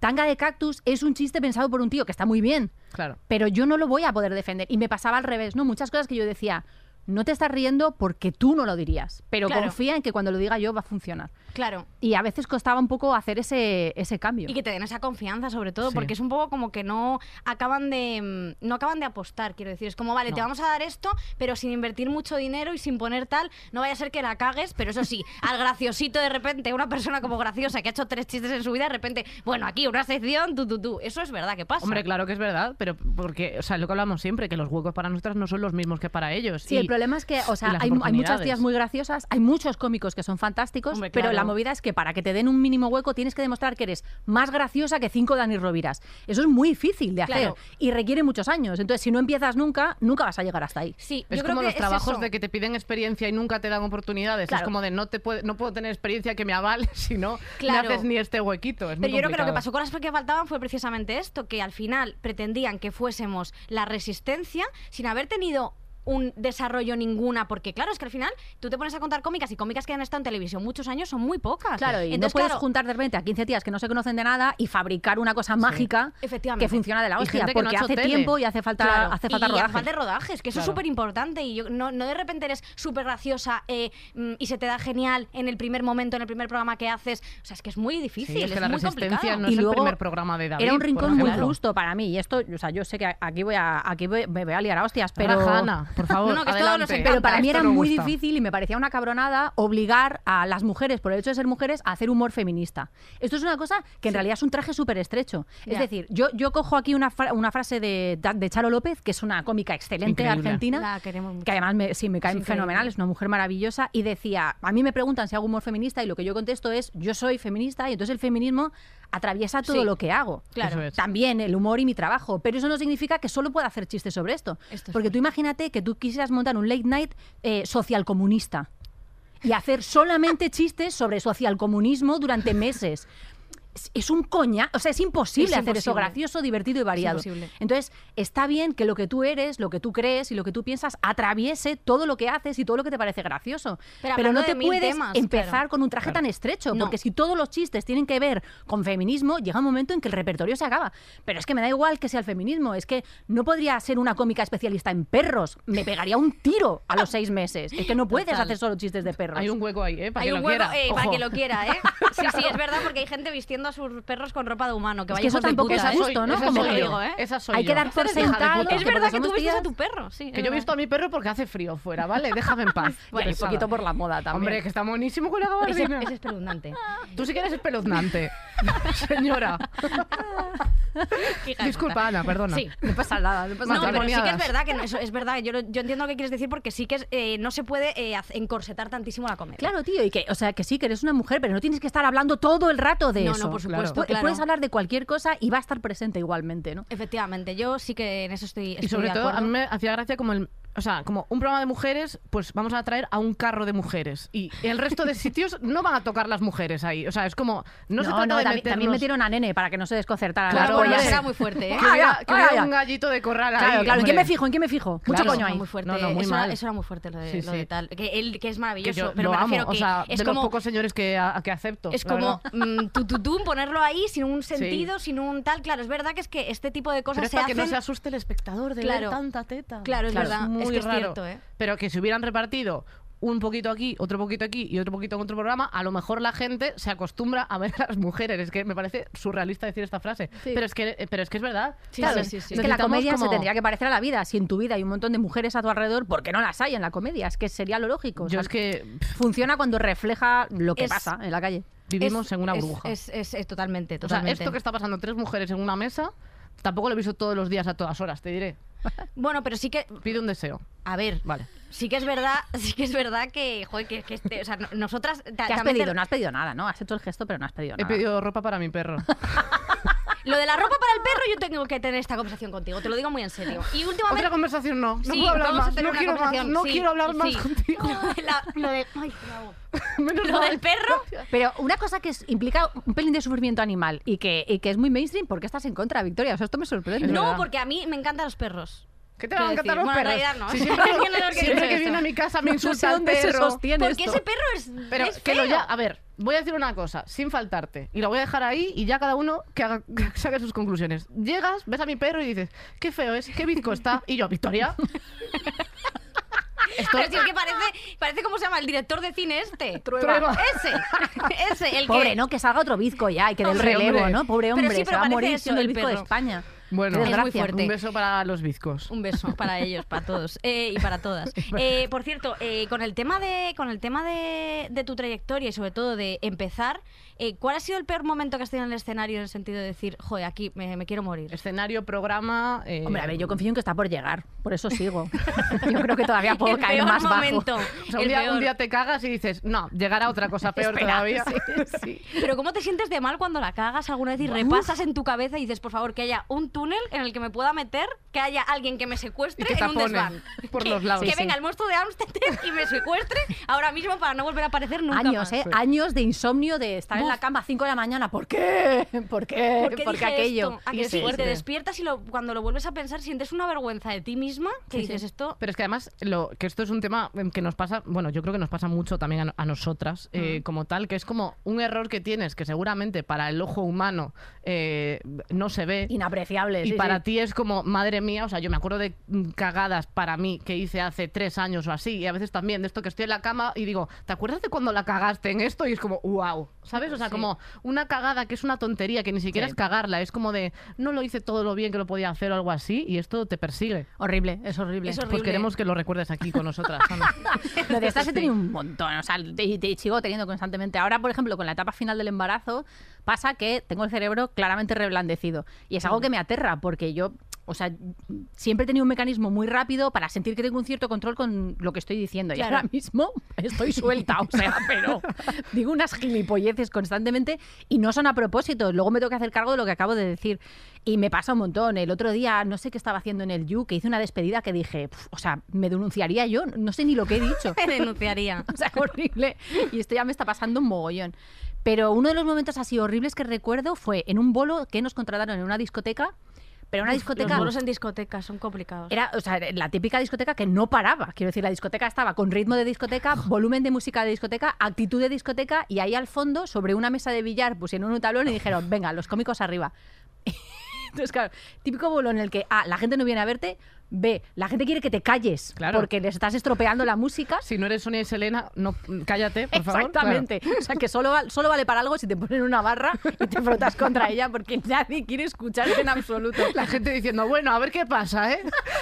Speaker 4: Tanga de cactus es un chiste pensado por un tío que está muy bien,
Speaker 3: Claro.
Speaker 4: pero yo no lo voy a poder defender. Y me pasaba al revés, ¿no? Muchas cosas que yo decía, no te estás riendo porque tú no lo dirías, pero
Speaker 2: Claro.
Speaker 4: confía en que cuando lo diga yo va a funcionar.
Speaker 2: Claro.
Speaker 4: Y a veces costaba un poco hacer ese, ese cambio.
Speaker 2: Y que te den esa confianza, sobre todo,
Speaker 3: Sí.
Speaker 2: porque es un poco como que no acaban de mm, no acaban de apostar, quiero decir. Es como, vale, te
Speaker 4: No.
Speaker 2: vamos a dar esto, pero sin invertir mucho dinero y sin poner tal, no vaya a ser que la cagues, pero eso sí, al graciosito de repente, una persona como graciosa que ha hecho tres chistes en su vida, de repente, bueno, aquí una sección, tú, tú, tú. Eso es verdad que pasa.
Speaker 3: Hombre, claro que es verdad, pero porque, o sea, lo que hablamos siempre, que los huecos para nosotras no son los mismos que para ellos.
Speaker 4: Sí,
Speaker 3: Y-
Speaker 4: el problema es que, o
Speaker 3: y
Speaker 4: sea,
Speaker 3: las
Speaker 4: hay, hay muchas
Speaker 3: oportunidades.
Speaker 4: tías muy graciosas, hay muchos cómicos que son fantásticos,
Speaker 3: Hombre,
Speaker 4: pero
Speaker 3: claro.
Speaker 4: la movida es que para que te den un mínimo hueco tienes que demostrar que eres más graciosa que cinco Dani Roviras. Eso es muy difícil de hacer
Speaker 2: Claro.
Speaker 4: y requiere muchos años. Entonces, si no empiezas nunca, nunca vas a llegar hasta ahí.
Speaker 2: Sí,
Speaker 3: Es
Speaker 2: yo creo
Speaker 3: como
Speaker 2: que
Speaker 3: los
Speaker 2: es
Speaker 3: trabajos
Speaker 2: eso.
Speaker 3: de que te piden experiencia y nunca te dan oportunidades. Es
Speaker 4: Claro.
Speaker 3: como de no te puede- no puedo tener experiencia que me avale si no
Speaker 2: Claro.
Speaker 3: me haces ni este huequito. Es muy
Speaker 2: Pero yo creo que lo que pasó
Speaker 3: complicado.
Speaker 2: con las que faltaban fue precisamente esto, que al final pretendían que fuésemos la resistencia sin haber tenido un desarrollo ninguna, porque claro, es que al final tú te pones a contar cómicas y cómicas que han estado en televisión muchos años son muy pocas.
Speaker 4: Claro, y no
Speaker 2: Entonces,
Speaker 4: puedes
Speaker 2: claro,
Speaker 4: juntar de repente a 15 tías que no se conocen de nada y fabricar una cosa mágica
Speaker 2: Efectivamente.
Speaker 4: que funciona de la
Speaker 3: Y
Speaker 4: hostia,
Speaker 3: gente que no
Speaker 4: porque
Speaker 3: ha hecho
Speaker 4: hace
Speaker 3: tele.
Speaker 4: tiempo y hace falta,
Speaker 2: claro,
Speaker 4: hace falta
Speaker 2: y
Speaker 4: rodaje.
Speaker 2: falta rodajes, que eso es
Speaker 3: Claro.
Speaker 2: súper importante. Y yo, no, no de repente eres súper graciosa eh, mm, y se te da genial en el primer momento, en el primer programa que haces. O sea, es que es muy
Speaker 3: Sí,
Speaker 2: difícil,
Speaker 3: es
Speaker 2: es,
Speaker 3: que la
Speaker 2: muy
Speaker 3: resistencia
Speaker 2: complicado.
Speaker 3: no
Speaker 4: Y
Speaker 3: es el
Speaker 4: luego
Speaker 3: primer programa de David.
Speaker 4: Era un
Speaker 3: por
Speaker 4: rincón muy
Speaker 3: ejemplo.
Speaker 4: justo para mí y esto, o sea, yo sé que aquí voy a aquí voy- me voy a liar a hostias, pero
Speaker 3: Ahora, Hanna, por favor,
Speaker 2: No, no, que esto
Speaker 3: adelante.
Speaker 2: nos encanta.
Speaker 4: Pero para mí
Speaker 3: Esto
Speaker 4: era
Speaker 3: nos
Speaker 4: muy
Speaker 3: gusta.
Speaker 4: difícil y me parecía una cabronada obligar a las mujeres, por el hecho de ser mujeres, a hacer humor feminista. Esto es una cosa que en realidad es un traje súper estrecho.
Speaker 2: Ya.
Speaker 4: Es decir, yo, yo cojo aquí una, fra- una frase de, de Charo López, que es una cómica excelente
Speaker 3: Increíble.
Speaker 4: argentina,
Speaker 2: La queremos mucho.
Speaker 4: que además me, sí, me cae
Speaker 2: increíble.
Speaker 4: fenomenal, es una mujer maravillosa, y decía, a mí me preguntan si hago humor feminista y lo que yo contesto es, yo soy feminista y entonces el feminismo atraviesa todo
Speaker 2: Sí.
Speaker 4: lo que hago
Speaker 2: Claro.
Speaker 3: Eso es.
Speaker 4: también el humor y mi trabajo, pero eso no significa que solo pueda hacer chistes sobre esto.
Speaker 2: Esto es
Speaker 4: Porque tú imagínate que tú quisieras montar un late night eh, social comunista y hacer solamente chistes sobre social comunismo durante meses. Es- Es un coña, o sea, es imposible
Speaker 2: Es
Speaker 4: hacer eso
Speaker 2: imposible.
Speaker 4: gracioso, divertido y variado.
Speaker 2: imposible.
Speaker 4: Entonces, está bien que lo que tú eres, lo que tú crees y lo que tú piensas atraviese todo lo que haces y todo lo que te parece gracioso.
Speaker 2: Pero
Speaker 4: Pero,
Speaker 2: hablando
Speaker 4: no te
Speaker 2: de mil
Speaker 4: puedes
Speaker 2: temas,
Speaker 4: empezar
Speaker 2: claro.
Speaker 4: con un traje tan estrecho,
Speaker 2: No.
Speaker 4: porque si todos los chistes tienen que ver con feminismo, llega un momento en que el repertorio se acaba. Pero es que me da igual que sea el feminismo, es que no podría ser una cómica especialista en perros, me pegaría un tiro a los seis meses. Es que no puedes
Speaker 3: Total.
Speaker 4: hacer solo chistes de perros.
Speaker 3: Hay un hueco ahí, ¿eh? Para
Speaker 2: hay
Speaker 3: que
Speaker 2: un
Speaker 3: lo
Speaker 2: huevo
Speaker 3: quiera.
Speaker 2: eh, para
Speaker 3: Ojo.
Speaker 2: que lo quiera, ¿eh? Sí, sí, es verdad, porque hay gente vistiendo bañando a sus perros con ropa de humano. Que
Speaker 4: Es
Speaker 2: vaya
Speaker 4: que eso
Speaker 2: hijos de
Speaker 4: tampoco
Speaker 2: puta,
Speaker 4: es
Speaker 2: ¿eh?
Speaker 4: justo, ¿no?
Speaker 2: Eso
Speaker 4: Como
Speaker 2: te lo
Speaker 4: que-
Speaker 2: digo, ¿eh?
Speaker 3: Esa soy
Speaker 4: Hay
Speaker 3: yo.
Speaker 4: que dar por
Speaker 2: Eres hija de
Speaker 4: sentado
Speaker 2: puta. Es
Speaker 4: porque
Speaker 2: verdad que
Speaker 4: somos
Speaker 2: tú viste a
Speaker 4: tías-
Speaker 2: tu perro, sí. es
Speaker 3: Que yo he
Speaker 2: verdad.
Speaker 3: visto a mi perro porque hace frío fuera, ¿vale? Déjame en paz.
Speaker 4: Y hay un
Speaker 3: Pesada.
Speaker 4: poquito por la moda también.
Speaker 3: Hombre, que está monísimo con la
Speaker 2: Ese,
Speaker 3: gabardina.
Speaker 2: ese es pelundante.
Speaker 3: Tú sí que eres espeluznante, señora. Disculpa, Ana, perdona.
Speaker 2: Sí. Pues
Speaker 4: no pasa nada,
Speaker 3: Pues
Speaker 4: no pasa
Speaker 2: No,
Speaker 4: nada.
Speaker 2: pero sí que es
Speaker 3: Matrimoniadas.
Speaker 2: verdad que no- eso es verdad. Yo, lo- yo entiendo lo que quieres decir porque sí que es, eh, no se puede eh, haz- encorsetar tantísimo la comedia.
Speaker 4: Claro, tío, y que, o sea, que sí, que eres una mujer, pero no tienes que estar hablando todo el rato de
Speaker 2: No, no,
Speaker 4: eso.
Speaker 2: por supuesto,
Speaker 4: Pu-
Speaker 2: claro.
Speaker 4: Puedes hablar de cualquier cosa y va a estar presente igualmente, ¿no?
Speaker 2: Efectivamente, yo sí que en eso estoy,
Speaker 3: Y
Speaker 2: estoy
Speaker 3: sobre
Speaker 2: de
Speaker 3: todo, a
Speaker 2: acuerdo.
Speaker 3: mí me hacía gracia como el. O sea, como un programa de mujeres, pues vamos a traer a un carro de mujeres. Y el resto de sitios no van a tocar las mujeres ahí. O sea, es como. No, se trata de
Speaker 4: también, también
Speaker 3: meternos-
Speaker 4: metieron a Nene para que no se desconcertara.
Speaker 3: Claro,
Speaker 2: Claro,
Speaker 4: la polla.
Speaker 2: ya
Speaker 3: hombre.
Speaker 2: será muy fuerte, ¿eh?
Speaker 3: Que hubiera-
Speaker 4: Ah, ya,
Speaker 3: que hubiera
Speaker 4: ah, ya.
Speaker 3: un gallito de corral ahí.
Speaker 4: Claro, claro. ¿En qué me
Speaker 3: hombre.
Speaker 4: fijo? ¿En qué me fijo?
Speaker 3: Claro.
Speaker 4: Mucho coño ahí.
Speaker 2: Muy fuerte.
Speaker 3: No, no, muy
Speaker 2: eso,
Speaker 3: mal.
Speaker 2: Era, eso era muy fuerte lo de,
Speaker 3: Sí,
Speaker 2: lo
Speaker 3: sí.
Speaker 2: de tal. Que él que es
Speaker 3: Que
Speaker 2: maravilloso,
Speaker 3: yo
Speaker 2: pero
Speaker 3: lo
Speaker 2: me
Speaker 3: amo.
Speaker 2: refiero
Speaker 3: O
Speaker 2: que
Speaker 3: sea,
Speaker 2: es
Speaker 3: de
Speaker 2: como
Speaker 3: los pocos señores que, a- que acepto.
Speaker 2: Es
Speaker 3: la
Speaker 2: como
Speaker 3: verdad.
Speaker 2: mm, tu, tu, tu, ponerlo ahí sin un sentido, sin un tal. Claro, es verdad que es que este tipo de
Speaker 3: Pero
Speaker 2: cosas
Speaker 3: es
Speaker 2: se
Speaker 3: para que
Speaker 2: hacen.
Speaker 3: no se asuste el espectador de
Speaker 2: Claro.
Speaker 3: ver tanta teta.
Speaker 2: Claro, es verdad. Es
Speaker 3: muy
Speaker 2: que es
Speaker 3: raro.
Speaker 2: cierto, ¿eh?
Speaker 3: Pero que si hubieran repartido un poquito aquí, otro poquito aquí y otro poquito en otro programa, a lo mejor la gente se acostumbra a ver a las mujeres. Es que me parece surrealista decir esta frase.
Speaker 4: Sí.
Speaker 3: Pero, es que, eh, pero es que es verdad.
Speaker 2: Sí,
Speaker 3: Claro,
Speaker 2: sí, sí, sí.
Speaker 4: Es que la
Speaker 3: necesitamos
Speaker 4: comedia se
Speaker 3: como-
Speaker 4: tendría que parecer a la vida. Si en tu vida hay un montón de mujeres a tu alrededor, ¿por qué no las hay en la comedia? Es que sería lo lógico. o
Speaker 3: Yo
Speaker 4: sea,
Speaker 3: es que pff,
Speaker 4: Funciona cuando refleja lo que
Speaker 2: Es-
Speaker 4: pasa en la calle.
Speaker 3: vivimos
Speaker 2: Es-
Speaker 3: en una
Speaker 2: es-
Speaker 3: burbuja.
Speaker 2: Es, es- es totalmente,
Speaker 3: o sea,
Speaker 2: totalmente.
Speaker 3: esto que está pasando tres mujeres en una mesa, tampoco lo he visto todos los días a todas horas, te diré.
Speaker 2: Bueno, pero sí que.
Speaker 3: Pide un deseo.
Speaker 2: A ver.
Speaker 3: Vale.
Speaker 2: Sí que es verdad, sí que es verdad que, joder, que, que este- o sea, no- nosotras ta-
Speaker 4: ¿Qué has
Speaker 2: también te-
Speaker 4: pedido? No has pedido nada, ¿no? Has hecho el gesto, pero no has pedido
Speaker 3: He
Speaker 4: nada.
Speaker 3: pedido ropa para mi perro.
Speaker 2: lo de la ropa para el perro, yo tengo que tener esta conversación contigo, te lo digo muy en serio. Y últimamente
Speaker 3: Otra conversación no. No
Speaker 2: Sí,
Speaker 3: puedo hablar
Speaker 2: vamos a
Speaker 3: más.
Speaker 2: tener
Speaker 3: No
Speaker 2: una
Speaker 3: quiero más.
Speaker 2: conversación,
Speaker 3: No
Speaker 2: sí,
Speaker 3: quiero hablar más
Speaker 2: sí.
Speaker 3: contigo.
Speaker 2: la- lo de ay, bravo.
Speaker 3: Menos
Speaker 2: Lo
Speaker 3: mal.
Speaker 2: del perro
Speaker 4: Pero una cosa que es- implica un pelín de sufrimiento animal y que, y que es muy mainstream, ¿por qué estás en contra, Victoria? O sea, esto me sorprende.
Speaker 3: Es
Speaker 2: No,
Speaker 3: verdad.
Speaker 2: porque a mí me encantan los perros.
Speaker 3: ¿Qué te van a
Speaker 2: Quiero decir,
Speaker 3: encantar los
Speaker 2: bueno, en realidad
Speaker 3: perros?
Speaker 2: no.
Speaker 3: Si
Speaker 2: Es que no lo
Speaker 3: siempre
Speaker 2: que
Speaker 3: siempre
Speaker 2: he
Speaker 3: que
Speaker 2: dicho.
Speaker 3: viene a mi casa me
Speaker 4: No sé
Speaker 3: insulta el
Speaker 4: dónde se
Speaker 3: perro.
Speaker 4: sostiene. Tiene
Speaker 2: Porque
Speaker 4: esto.
Speaker 2: ese perro es,
Speaker 3: Pero
Speaker 2: es
Speaker 3: que lo
Speaker 2: feo.
Speaker 3: ya, a ver, voy a decir una cosa, sin faltarte, y la voy a dejar ahí y ya cada uno que, haga- que saque sus conclusiones. Llegas, ves a mi perro y dices, qué feo es, qué bizco está, y yo, Victoria. Esto
Speaker 2: Pero si es que parece, parece como se llama el director de cine este.
Speaker 3: Trueba.
Speaker 2: Ese. Ese, el
Speaker 4: Pobre,
Speaker 2: que.
Speaker 4: ¿no? Que salga otro bizco ya y que dé el
Speaker 3: Hombre,
Speaker 4: relevo,
Speaker 3: hombre.
Speaker 4: ¿no? Pobre
Speaker 2: Pero
Speaker 4: hombre,
Speaker 2: sí,
Speaker 4: se
Speaker 2: pero
Speaker 4: va a
Speaker 2: parece
Speaker 4: morir
Speaker 2: eso,
Speaker 4: siendo el
Speaker 2: el
Speaker 4: bizco de
Speaker 2: perro.
Speaker 4: España.
Speaker 3: Bueno,
Speaker 4: Qué
Speaker 2: es muy
Speaker 4: desgracia.
Speaker 2: fuerte.
Speaker 3: un beso para los bizcos.
Speaker 2: Un beso para ellos, para todos eh, y para todas. Eh, por cierto, eh, con el tema de con el tema de, de tu trayectoria y sobre todo de empezar, eh, ¿cuál ha sido el peor momento que has tenido en el escenario en el sentido de decir, joder, aquí me, me quiero morir?
Speaker 3: Escenario, programa... eh,
Speaker 4: Hombre, a ver, yo confío en que está por llegar, por eso sigo. Yo creo que todavía puedo
Speaker 2: el
Speaker 4: caer
Speaker 2: peor
Speaker 4: más
Speaker 2: momento,
Speaker 4: bajo.
Speaker 3: o sea, un,
Speaker 2: el
Speaker 3: día, un
Speaker 2: peor.
Speaker 3: día te cagas y dices, no, llegará otra cosa peor
Speaker 4: Espera,
Speaker 3: todavía.
Speaker 2: Pero ¿cómo te sientes de mal cuando la cagas alguna vez y repasas en tu cabeza y dices, por favor, que haya un túnel en el que me pueda meter, que haya alguien que me secuestre
Speaker 3: Y que
Speaker 2: en un
Speaker 3: tapone
Speaker 2: desván?
Speaker 3: por
Speaker 2: que,
Speaker 3: los lados.
Speaker 2: Que
Speaker 3: Sí, sí.
Speaker 2: venga el monstruo de Amsterdam y me secuestre ahora mismo para no volver a aparecer nunca
Speaker 4: Años,
Speaker 2: más.
Speaker 4: ¿eh? Años de insomnio, de estar en
Speaker 2: Buf.
Speaker 4: la cama a 5 de la mañana. ¿Por qué? ¿Por qué?
Speaker 2: ¿Por qué
Speaker 4: Porque
Speaker 2: dije
Speaker 4: aquello.
Speaker 2: esto? ¿A
Speaker 3: Y
Speaker 2: que
Speaker 3: es
Speaker 2: sí? Y
Speaker 3: fuerte.
Speaker 2: te despiertas y lo- cuando lo vuelves a pensar sientes una vergüenza de ti misma que dices esto.
Speaker 3: Pero es que además, lo, que esto es un tema em, que nos pasa, bueno, yo creo que nos pasa mucho también a, no- a nosotras
Speaker 2: Mm.
Speaker 3: eh, como tal, que es como un error que tienes que seguramente para el ojo humano eh, no se ve.
Speaker 4: Inapreciable.
Speaker 3: Y
Speaker 4: sí,
Speaker 3: para
Speaker 4: sí.
Speaker 3: ti es como, madre mía, o sea, yo me acuerdo de mm, cagadas para mí que hice hace tres años o así, y a veces también de esto que estoy en la cama y digo, ¿te acuerdas de cuando la cagaste en esto? Y es como, wow, ¿sabes? O sea,
Speaker 2: Sí.
Speaker 3: como una cagada que es una tontería, que ni siquiera
Speaker 4: Sí.
Speaker 3: es cagarla, es como de, no lo hice todo lo bien que lo podía hacer o algo así, y esto te persigue.
Speaker 4: Horrible, es horrible.
Speaker 2: Es
Speaker 3: Pues
Speaker 2: horrible.
Speaker 3: queremos que lo recuerdes aquí con nosotras. Ana.
Speaker 4: Lo de estas he tenido un montón, o sea, te, te sigo teniendo constantemente. Ahora, por ejemplo, con la etapa final del embarazo, pasa que tengo el cerebro claramente reblandecido. Y es algo que me aterra, porque yo, o sea, siempre he tenido un mecanismo muy rápido para sentir que tengo un cierto control con lo que estoy diciendo. Y
Speaker 2: Claro.
Speaker 4: ahora mismo estoy suelta, o sea, pero digo unas gilipolleces constantemente y no son a propósito. Luego me tengo que hacer cargo de lo que acabo de decir. Y me pasa un montón. El otro día, no sé qué estaba haciendo en el You, que hice una despedida que dije, "Pf, o sea, me denunciaría yo, no sé ni lo que he dicho.
Speaker 2: Te denunciaría.
Speaker 4: O sea, horrible. Y esto ya me está pasando un mogollón. Pero uno de los momentos así horribles que recuerdo fue en un bolo que nos contrataron en una discoteca, pero una
Speaker 2: Los
Speaker 4: discoteca...
Speaker 2: bolos en discotecas son complicados.
Speaker 4: Era, o sea, la típica discoteca que no paraba. Quiero decir, la discoteca estaba con ritmo de discoteca, volumen de música de discoteca, actitud de discoteca, y ahí al fondo, sobre una mesa de billar, pusieron un tablón y dijeron, venga, los cómicos arriba. Entonces, claro, típico bolo en el que, ah, la gente no viene a verte, B, la gente quiere que te calles
Speaker 3: Claro.
Speaker 4: porque les estás estropeando la música.
Speaker 3: Si no eres Sonia y Selena, no, cállate, por favor.
Speaker 4: Exactamente. O sea, que solo, val- solo vale para algo si te ponen una barra y te frotas contra ella porque nadie quiere escucharte en absoluto.
Speaker 3: Claro. La gente diciendo, bueno, a ver qué pasa, ¿eh?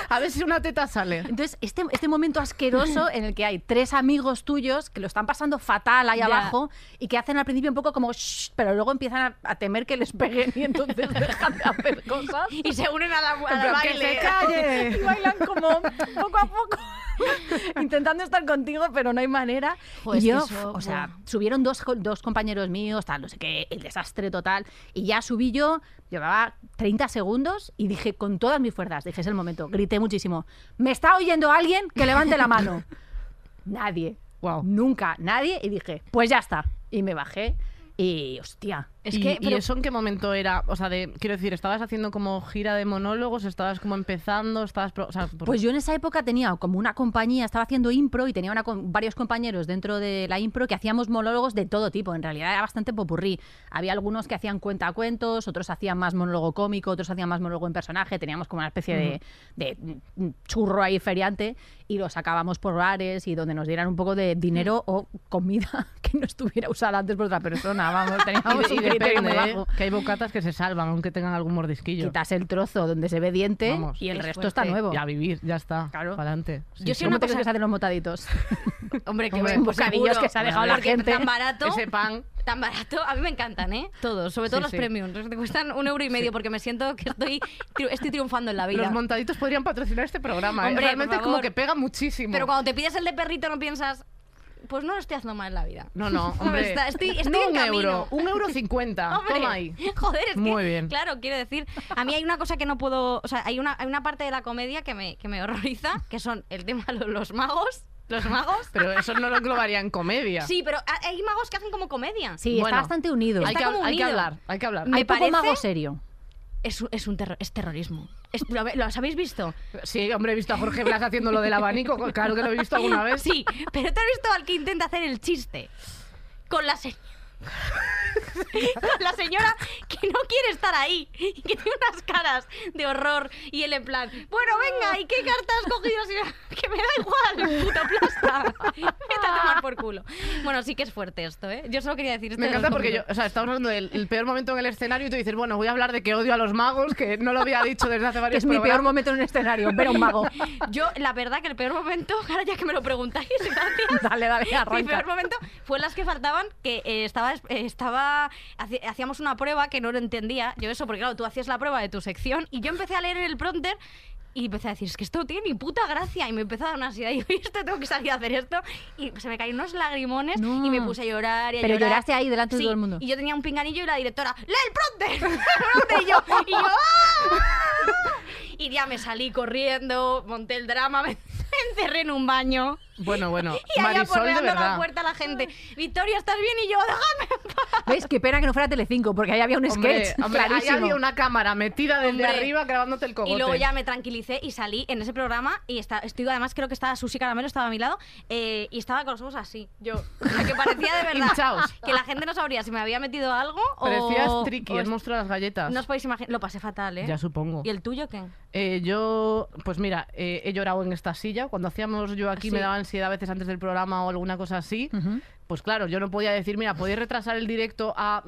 Speaker 3: A ver si una teta sale.
Speaker 4: Entonces, este, este momento asqueroso en el que hay tres amigos tuyos que lo están pasando fatal ahí
Speaker 2: Ya.
Speaker 4: abajo y que hacen al principio un poco como shh, pero luego empiezan a, a temer que les peguen y entonces dejan de hacer cosas.
Speaker 2: Y se unen a la, a
Speaker 3: En
Speaker 2: la
Speaker 3: plan,
Speaker 2: baile.
Speaker 3: que se calle.
Speaker 4: Y bailan como poco a poco. Intentando estar contigo, pero no hay manera.
Speaker 2: Jo, es
Speaker 4: y
Speaker 2: que
Speaker 4: yo,
Speaker 2: eso,
Speaker 4: o sea,
Speaker 2: buah.
Speaker 4: subieron dos, co- dos compañeros míos, tal, no sé qué, el desastre total. Y ya subí yo, llevaba 30 segundos y dije con todas mis fuerzas, dije, es el momento, grité muchísimo, ¿me está oyendo alguien? Que levante la mano. nadie.
Speaker 3: Guau.
Speaker 4: Nunca, nadie. Y dije, pues ya está. Y me bajé y, hostia.
Speaker 2: Es
Speaker 3: y,
Speaker 2: que,
Speaker 3: y
Speaker 2: pero-
Speaker 3: eso en qué momento era? O sea, de, quiero decir, ¿estabas haciendo como gira de monólogos? ¿Estabas como empezando? ¿Estabas.? pro- o sea, por-
Speaker 4: Pues yo en esa época tenía como una compañía, estaba haciendo impro y tenía una com- varios compañeros dentro de la impro que hacíamos monólogos de todo tipo. En realidad era bastante popurrí. Había algunos que hacían cuentacuentos, otros hacían más monólogo cómico, otros hacían más monólogo en personaje. Teníamos como una especie de, de, mm, churro ahí feriante y lo sacábamos por bares y donde nos dieran un poco de dinero o comida que no estuviera usada antes por otra persona. Vamos, teníamos
Speaker 3: Y, y
Speaker 4: un criterio muy
Speaker 3: depende, ¿eh?
Speaker 4: bajo.
Speaker 3: que hay bocatas que se salvan, aunque tengan algún mordisquillo.
Speaker 4: Quitas el trozo donde se ve diente
Speaker 3: Vamos.
Speaker 4: y el
Speaker 2: Es
Speaker 4: resto está
Speaker 2: fuerte.
Speaker 4: nuevo.
Speaker 3: Y a vivir, ya está.
Speaker 4: Claro.
Speaker 3: Pa'lante. Sí,
Speaker 2: Yo
Speaker 3: sí.
Speaker 2: soy una
Speaker 4: ¿Cómo te
Speaker 2: cosa-
Speaker 4: crees que se hacen los motaditos?
Speaker 2: Hombre, que
Speaker 3: Hombre,
Speaker 2: bueno, pues
Speaker 4: bocadillos
Speaker 2: seguro.
Speaker 4: que se ha dejado la
Speaker 2: Porque
Speaker 4: gente.
Speaker 2: Tan barato,
Speaker 3: Ese pan.
Speaker 2: tan barato. A mí me encantan, ¿eh? Todos, sobre todo
Speaker 3: Sí,
Speaker 2: los
Speaker 3: sí.
Speaker 2: premium. Los que cuestan un euro y medio porque me siento que estoy, tri- estoy triunfando en la vida.
Speaker 3: Los montaditos podrían patrocinar este programa. ¿eh?
Speaker 2: Hombre, por
Speaker 3: Realmente es como
Speaker 2: favor.
Speaker 3: que pega muchísimo.
Speaker 2: Pero cuando te pides el de perrito no piensas, pues no lo estoy haciendo mal en la vida.
Speaker 3: No, no, hombre.
Speaker 2: Está- estoy- estoy
Speaker 3: no
Speaker 2: en
Speaker 3: un
Speaker 2: camino.
Speaker 3: euro, un euro cincuenta.
Speaker 2: Hombre,
Speaker 3: Toma ahí.
Speaker 2: Joder, es
Speaker 3: Muy
Speaker 2: que,
Speaker 3: bien.
Speaker 2: claro, quiero decir, a mí hay una cosa que no puedo, o sea, hay una, hay una parte de la comedia que me, que me horroriza, que son el tema de los magos, los magos.
Speaker 3: Pero eso no lo englobaría en comedia.
Speaker 2: Sí, pero ha- hay magos que hacen como comedia.
Speaker 4: Sí,
Speaker 3: Bueno.
Speaker 4: está bastante unido.
Speaker 3: hay,
Speaker 2: está
Speaker 3: que,
Speaker 2: como
Speaker 3: hay que
Speaker 2: unido.
Speaker 3: hablar, hay que hablar.
Speaker 2: Me
Speaker 4: Hay poco
Speaker 2: parece-
Speaker 4: eh. mago serio.
Speaker 2: Es, un- es un terro- es terrorismo. Es- ¿lo, habe- los habéis visto?
Speaker 3: Sí, hombre, he visto a Jorge Blas haciendo lo del abanico. Claro que lo he visto alguna vez.
Speaker 2: Sí, pero te has visto al que intenta hacer el chiste con la se- con la señora que no quiere estar ahí y que tiene unas caras de horror y él en plan, bueno, venga, ¿y qué carta has cogido? señora? Que me da igual, puto plasta. Vete a tomar por culo. Bueno, sí que es fuerte esto, ¿eh? Yo solo quería decir esto
Speaker 3: Me
Speaker 2: de los
Speaker 3: encanta porque yo,
Speaker 2: cómicos.
Speaker 3: o sea, estamos hablando del el peor momento en el escenario y tú dices, bueno, voy a hablar de que odio a los magos, que no lo había dicho desde hace
Speaker 4: Que
Speaker 3: varios
Speaker 4: es mi peor
Speaker 3: programas.
Speaker 4: momento en un escenario, ver a un mago.
Speaker 2: Yo, la verdad que el peor momento, ahora ya que me lo preguntáis, gracias.
Speaker 4: Dale, dale,
Speaker 2: Mi peor
Speaker 4: arranca.
Speaker 2: momento fue las que faltaban, que eh, estaba, eh, estaba haci- hacíamos una prueba que no lo entendía. Yo eso, porque claro, tú hacías la prueba de tu sección y yo empecé a leer el prompter y empecé a decir, es que esto tiene ni puta gracia. Y me empezó a dar una ansiedad. Y yo, esto tengo que salir a hacer esto. Y se me caían unos lagrimones
Speaker 4: No.
Speaker 2: y me puse a llorar y a
Speaker 4: Pero
Speaker 2: llorar.
Speaker 4: lloraste ahí delante de
Speaker 2: Sí,
Speaker 4: todo el mundo.
Speaker 2: Y yo tenía un pinganillo y la directora, ¡lee el prompter! ¡El prompter! Y yo, y yo, ¡ah! Y ya me salí corriendo, monté el drama, me encerré en un baño.
Speaker 3: Bueno, bueno,
Speaker 2: Y ahí
Speaker 3: Marisol, de
Speaker 2: aporreando la
Speaker 3: verdad.
Speaker 2: puerta a la gente. Victoria, ¿estás bien? Y yo, déjame en paz.
Speaker 4: ¿Ves? Qué pena que no fuera Telecinco, porque ahí había un
Speaker 3: Hombre,
Speaker 4: sketch
Speaker 3: hombre, ahí
Speaker 4: clarísimo.
Speaker 3: había una cámara metida desde
Speaker 2: Hombre.
Speaker 3: arriba grabándote el cogote.
Speaker 2: Y luego ya me tranquilicé y salí en ese programa y esta- estuve, además creo que estaba Susi Caramelo, estaba a mi lado, eh, y estaba con los ojos así, yo. O sea, que parecía de verdad
Speaker 3: Hinchaos.
Speaker 2: que la gente no sabría si me había metido algo o...
Speaker 3: Parecías tricky,
Speaker 2: o
Speaker 3: el monstruo de las galletas.
Speaker 2: No os podéis imaginar, lo pasé fatal, ¿eh?
Speaker 3: Ya supongo.
Speaker 2: ¿Y el tuyo qué?
Speaker 3: Eh, yo, pues mira, eh, he llorado en esta silla. Cuando hacíamos yo
Speaker 2: Sí.
Speaker 3: aquí me daba ansiedad a veces antes del programa o alguna cosa así.
Speaker 4: Ujú.
Speaker 3: Pues claro, yo no podía decir, mira, podéis retrasar el directo a,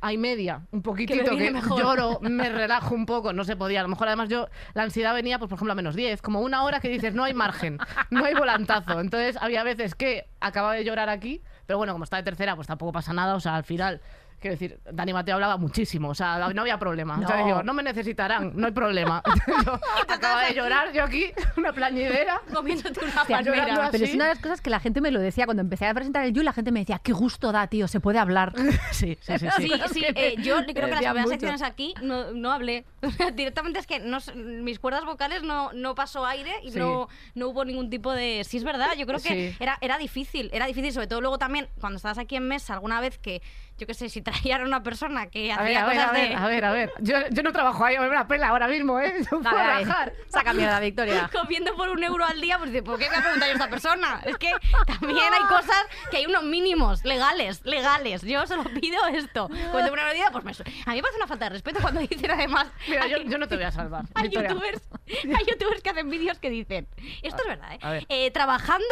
Speaker 3: a y media, un poquitito, que,
Speaker 2: viene mejor.
Speaker 3: lloro, me relajo un poco, no se podía. A lo mejor además yo, la ansiedad venía, pues por ejemplo, a menos 10, como una hora que dices, no hay margen, no hay volantazo. Entonces había veces que acababa de llorar aquí, pero bueno, como está de tercera, pues tampoco pasa nada, o sea, al final... Quiero decir, Dani Mateo hablaba muchísimo, o sea, no había problema. O sea,
Speaker 4: No.
Speaker 3: digo, no me necesitarán, no hay problema. Yo acababa de llorar yo aquí, una plañidera.
Speaker 2: Comiéndote una
Speaker 4: Hostia,
Speaker 3: Llorando
Speaker 4: pero,
Speaker 2: palmera.
Speaker 4: pero es
Speaker 3: así.
Speaker 4: una de las cosas que la gente me lo decía cuando empecé a presentar el You, la gente me decía, qué gusto da, tío, se puede hablar.
Speaker 3: Sí, sí, sí.
Speaker 2: Sí, sí, eh, yo creo que las
Speaker 3: Decía
Speaker 2: primeras
Speaker 3: mucho.
Speaker 2: secciones aquí no, no hablé. Directamente es que no s- mis cuerdas vocales no, no pasó aire y
Speaker 3: Sí.
Speaker 2: no, no hubo ningún tipo de... Sí, es verdad, yo creo que
Speaker 3: Sí.
Speaker 2: era, era difícil, era difícil, sobre todo luego también cuando estabas aquí en mesa alguna vez que, yo yo qué sé, si traían a una persona que
Speaker 3: A ver,
Speaker 2: hacía
Speaker 3: a ver, a
Speaker 2: cosas
Speaker 3: ver,
Speaker 2: de...
Speaker 3: a ver, a ver. Yo, yo no trabajo ahí, me da una pela ahora mismo, ¿eh? Yo puedo
Speaker 4: Dale, dale.
Speaker 3: bajar.
Speaker 4: Saca mierda, Victoria.
Speaker 2: comiendo por un euro al día, pues dice, ¿por qué me ha preguntado yo a esta persona? Es que también hay cosas que hay unos mínimos legales, legales. Yo solo pido esto. Cuando por una medida, pues me... su- A mí me parece una falta de respeto cuando dicen además...
Speaker 3: Mira, yo,
Speaker 2: hay-
Speaker 3: yo no te voy a salvar.
Speaker 2: Hay
Speaker 3: Victoria.
Speaker 2: youtubers, hay youtubers que hacen vídeos que dicen, esto es verdad, ¿eh?
Speaker 3: a ver.
Speaker 2: Eh, trabajando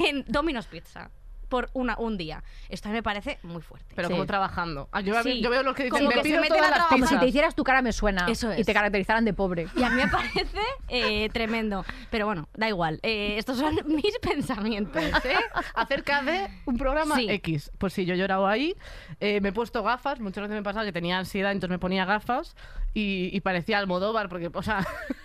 Speaker 2: en Domino's Pizza por una, un día. Esto a mí me parece muy fuerte.
Speaker 3: Pero
Speaker 4: Sí.
Speaker 3: como trabajando. Ah, Yo,
Speaker 2: Sí.
Speaker 3: yo veo los que dicen,
Speaker 2: Como
Speaker 3: me
Speaker 2: que se
Speaker 3: pido
Speaker 2: meten
Speaker 3: todas
Speaker 2: a
Speaker 3: las
Speaker 2: trabajar.
Speaker 4: Como si
Speaker 3: pizzas.
Speaker 4: te hicieras tu cara me suena
Speaker 2: Eso
Speaker 4: y
Speaker 2: es.
Speaker 4: te caracterizaran de pobre.
Speaker 2: Y a mí me parece eh, tremendo. Pero bueno, da igual. Eh, estos son mis pensamientos. ¿eh?
Speaker 3: acerca de un programa
Speaker 2: Sí.
Speaker 3: X. Pues sí, yo he llorado ahí, eh, me he puesto gafas, muchas veces me pasaba que tenía ansiedad, entonces me ponía gafas y, y parecía Almodóvar, porque, o sea,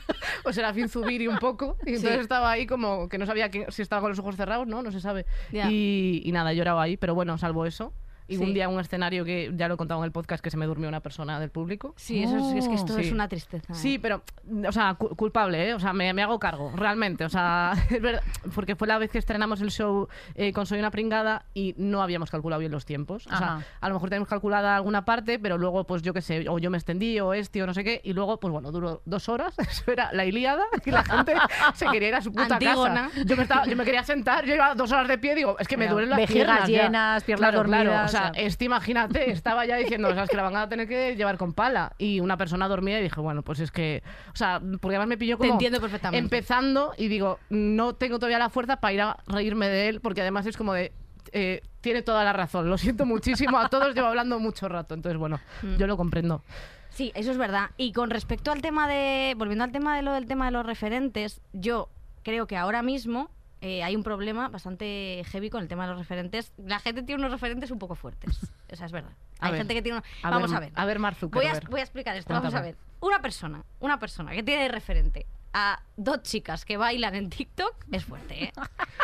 Speaker 3: o sea, fin subir y un poco, y entonces estaba ahí como que no sabía que- si estaba con los ojos cerrados, ¿no? No se sabe.
Speaker 2: Ya.
Speaker 3: Y, y nada, he llorado ahí, pero bueno, salvo eso. Y
Speaker 2: Sí.
Speaker 3: un día un escenario que ya lo he contado en el podcast que se me durmió una persona del público.
Speaker 2: Sí, eso es, es que esto
Speaker 3: Sí.
Speaker 2: es una tristeza. ¿eh?
Speaker 3: Sí, pero, o sea, cu- culpable, ¿eh? O sea, me, me hago cargo, realmente. O sea, es verdad, porque fue la vez que estrenamos el show eh, con Soy una pringada y no habíamos calculado bien los tiempos. O sea,
Speaker 4: Ajá.
Speaker 3: a lo mejor tenemos calculada alguna parte, pero luego, pues yo qué sé, o yo me extendí, o este, o no sé qué, y luego, pues bueno, duró dos horas, eso era la Ilíada, y la gente se quería ir a su puta
Speaker 2: Antígona.
Speaker 3: casa. Yo me, estaba, yo me quería sentar, yo iba dos horas de pie, digo, es que me
Speaker 4: Bueno,
Speaker 3: duelen las
Speaker 4: vejigas
Speaker 3: piernas ya.
Speaker 4: llenas, piernas
Speaker 3: Claro, Claro, o
Speaker 4: dormidas,
Speaker 3: sea,
Speaker 4: o sea.
Speaker 3: este, imagínate, estaba ya diciendo, o sea, es que la van a tener que llevar con pala. Y una persona dormía y dije, bueno, pues es que, o sea, porque además me pilló
Speaker 2: Te
Speaker 3: como
Speaker 2: entiendo perfectamente.
Speaker 3: empezando y digo, no tengo todavía la fuerza para ir a reírme de él, porque además es como de, eh, tiene toda la razón, lo siento muchísimo a todos, llevo hablando mucho rato, entonces bueno,
Speaker 2: Mm.
Speaker 3: yo lo comprendo.
Speaker 2: Sí, eso es verdad. Y con respecto al tema de. Volviendo al tema de lo del tema de los referentes, yo creo que ahora mismo eh, hay un problema bastante heavy con el tema de los referentes. La gente tiene unos referentes un poco fuertes. O sea, es verdad.
Speaker 3: A
Speaker 2: hay
Speaker 3: ver,
Speaker 2: gente que tiene. unos- Vamos a ver.
Speaker 3: A ver, Mark
Speaker 2: voy, a,
Speaker 3: Zuckerberg.
Speaker 2: voy a explicar esto.
Speaker 3: Cuéntame.
Speaker 2: Vamos a ver. Una persona, una persona que tiene de referente a dos chicas que bailan en TikTok es fuerte, ¿eh?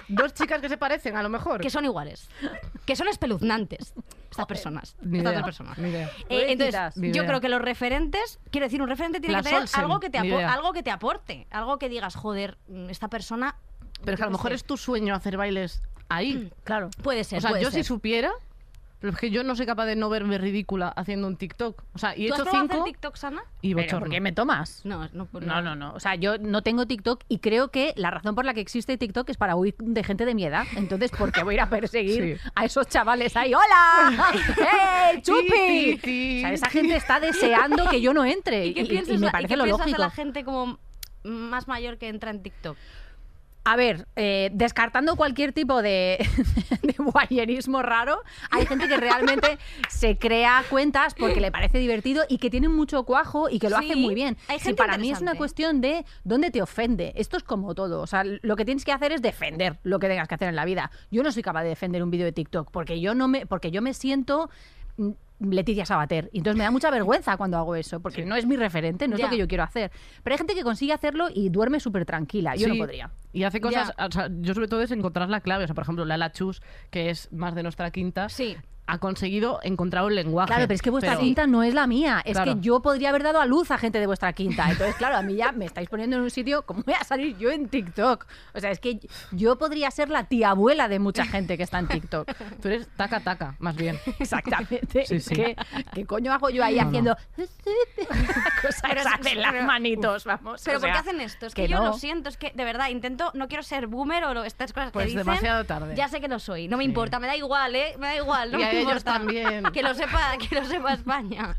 Speaker 3: Dos chicas que se parecen, a lo mejor.
Speaker 2: que son iguales, que son espeluznantes estas personas,
Speaker 3: Ni
Speaker 2: estas
Speaker 3: idea,
Speaker 2: dos personas.
Speaker 3: ni idea.
Speaker 2: Eh,
Speaker 4: Pobrecitas.
Speaker 2: entonces,
Speaker 3: Ni
Speaker 2: yo
Speaker 3: idea.
Speaker 2: creo que los referentes, quiero decir, un referente tiene
Speaker 3: La
Speaker 2: que tener
Speaker 3: Solsen,
Speaker 2: algo que te
Speaker 3: ni
Speaker 2: apo-
Speaker 3: idea.
Speaker 2: algo que te aporte, algo que digas, joder, mm, esta persona
Speaker 3: Pero que a
Speaker 2: yo qué
Speaker 3: lo mejor
Speaker 2: sé.
Speaker 3: es tu sueño hacer bailes ahí.
Speaker 4: Claro.
Speaker 2: Mm, puede ser,
Speaker 3: O sea,
Speaker 2: puede
Speaker 3: yo si
Speaker 2: ser.
Speaker 3: supiera, pero es que yo no soy capaz de no verme ridícula haciendo un TikTok. O sea, y he
Speaker 2: ¿Tú has
Speaker 3: hecho
Speaker 2: probado hacer
Speaker 3: cinco
Speaker 2: TikTok sana?
Speaker 3: y
Speaker 4: Pero,
Speaker 3: bochorno.
Speaker 4: ¿Por qué me tomas?
Speaker 2: No, no, pues
Speaker 4: No, no, no. O sea, yo no tengo TikTok y creo que la razón por la que existe TikTok es para huir de gente de mi edad. Entonces, ¿por qué voy a ir a perseguir
Speaker 3: Sí.
Speaker 4: a esos chavales ahí? ¡Hola!
Speaker 3: Ti, ti,
Speaker 4: ¡Hey, chupi!
Speaker 3: ti,
Speaker 4: O sea, esa gente está deseando que yo no entre
Speaker 2: ¿Y
Speaker 4: y,
Speaker 2: qué
Speaker 4: y- y
Speaker 2: piensas,
Speaker 4: me
Speaker 2: la- y
Speaker 4: parece
Speaker 2: qué
Speaker 4: lo
Speaker 2: piensas de
Speaker 4: lógico.
Speaker 2: la gente como más mayor que entra en TikTok?
Speaker 4: A ver, eh, descartando cualquier tipo de, de guayerismo raro, hay gente que realmente se crea cuentas porque le parece divertido y que tiene mucho cuajo y que lo
Speaker 2: Sí,
Speaker 4: hace muy bien.
Speaker 2: hay
Speaker 4: Si
Speaker 2: gente
Speaker 4: para mí es una
Speaker 2: interesante.
Speaker 4: cuestión de dónde te ofende. Esto es como todo. O sea, lo que tienes que hacer es defender lo que tengas que hacer en la vida. Yo no soy capaz de defender un vídeo de TikTok porque yo no me, porque yo me siento mm, Leticia Sabater. Y entonces me da mucha vergüenza cuando hago eso, porque no es mi referente, no es
Speaker 2: Ya.
Speaker 4: lo que yo quiero hacer. Pero hay gente que consigue hacerlo y duerme súper tranquila. Yo no
Speaker 3: Sí,
Speaker 4: podría.
Speaker 3: Y hace cosas, o sea, yo sobre todo es encontrar la clave. O sea, por ejemplo, Lala Chus, que es más de nuestra quinta,
Speaker 2: Sí.
Speaker 3: ha conseguido encontrar un lenguaje.
Speaker 4: Claro, pero es que vuestra
Speaker 3: Pero-
Speaker 4: quinta no es la mía. Es
Speaker 3: Claro.
Speaker 4: que yo podría haber dado a luz a gente de vuestra quinta. Entonces, claro, a mí ya me estáis poniendo en un sitio, ¿cómo voy a salir yo en TikTok? O sea, es que yo podría ser la tía abuela de mucha gente que está en TikTok.
Speaker 3: Tú eres taca taca, más bien.
Speaker 4: Exactamente.
Speaker 3: Sí, sí.
Speaker 4: ¿Qué, qué coño hago yo ahí
Speaker 3: No, no.
Speaker 4: haciendo cosas
Speaker 2: Pero es-
Speaker 4: esas de las
Speaker 2: pero-
Speaker 4: manitos, vamos?
Speaker 2: Pero
Speaker 4: o
Speaker 2: ¿por qué
Speaker 4: sea,
Speaker 2: hacen esto? Es que,
Speaker 4: que
Speaker 2: yo
Speaker 4: no.
Speaker 2: lo siento, es que de verdad intento, no quiero ser boomer o lo- estas cosas
Speaker 3: Pues
Speaker 2: que dicen.
Speaker 3: demasiado tarde.
Speaker 2: Ya sé que lo soy, no me importa, me da igual, ¿eh? Me da igual, no
Speaker 3: Y
Speaker 2: me
Speaker 3: a ellos
Speaker 2: importa.
Speaker 3: también.
Speaker 2: Que lo sepa, que lo sepa España.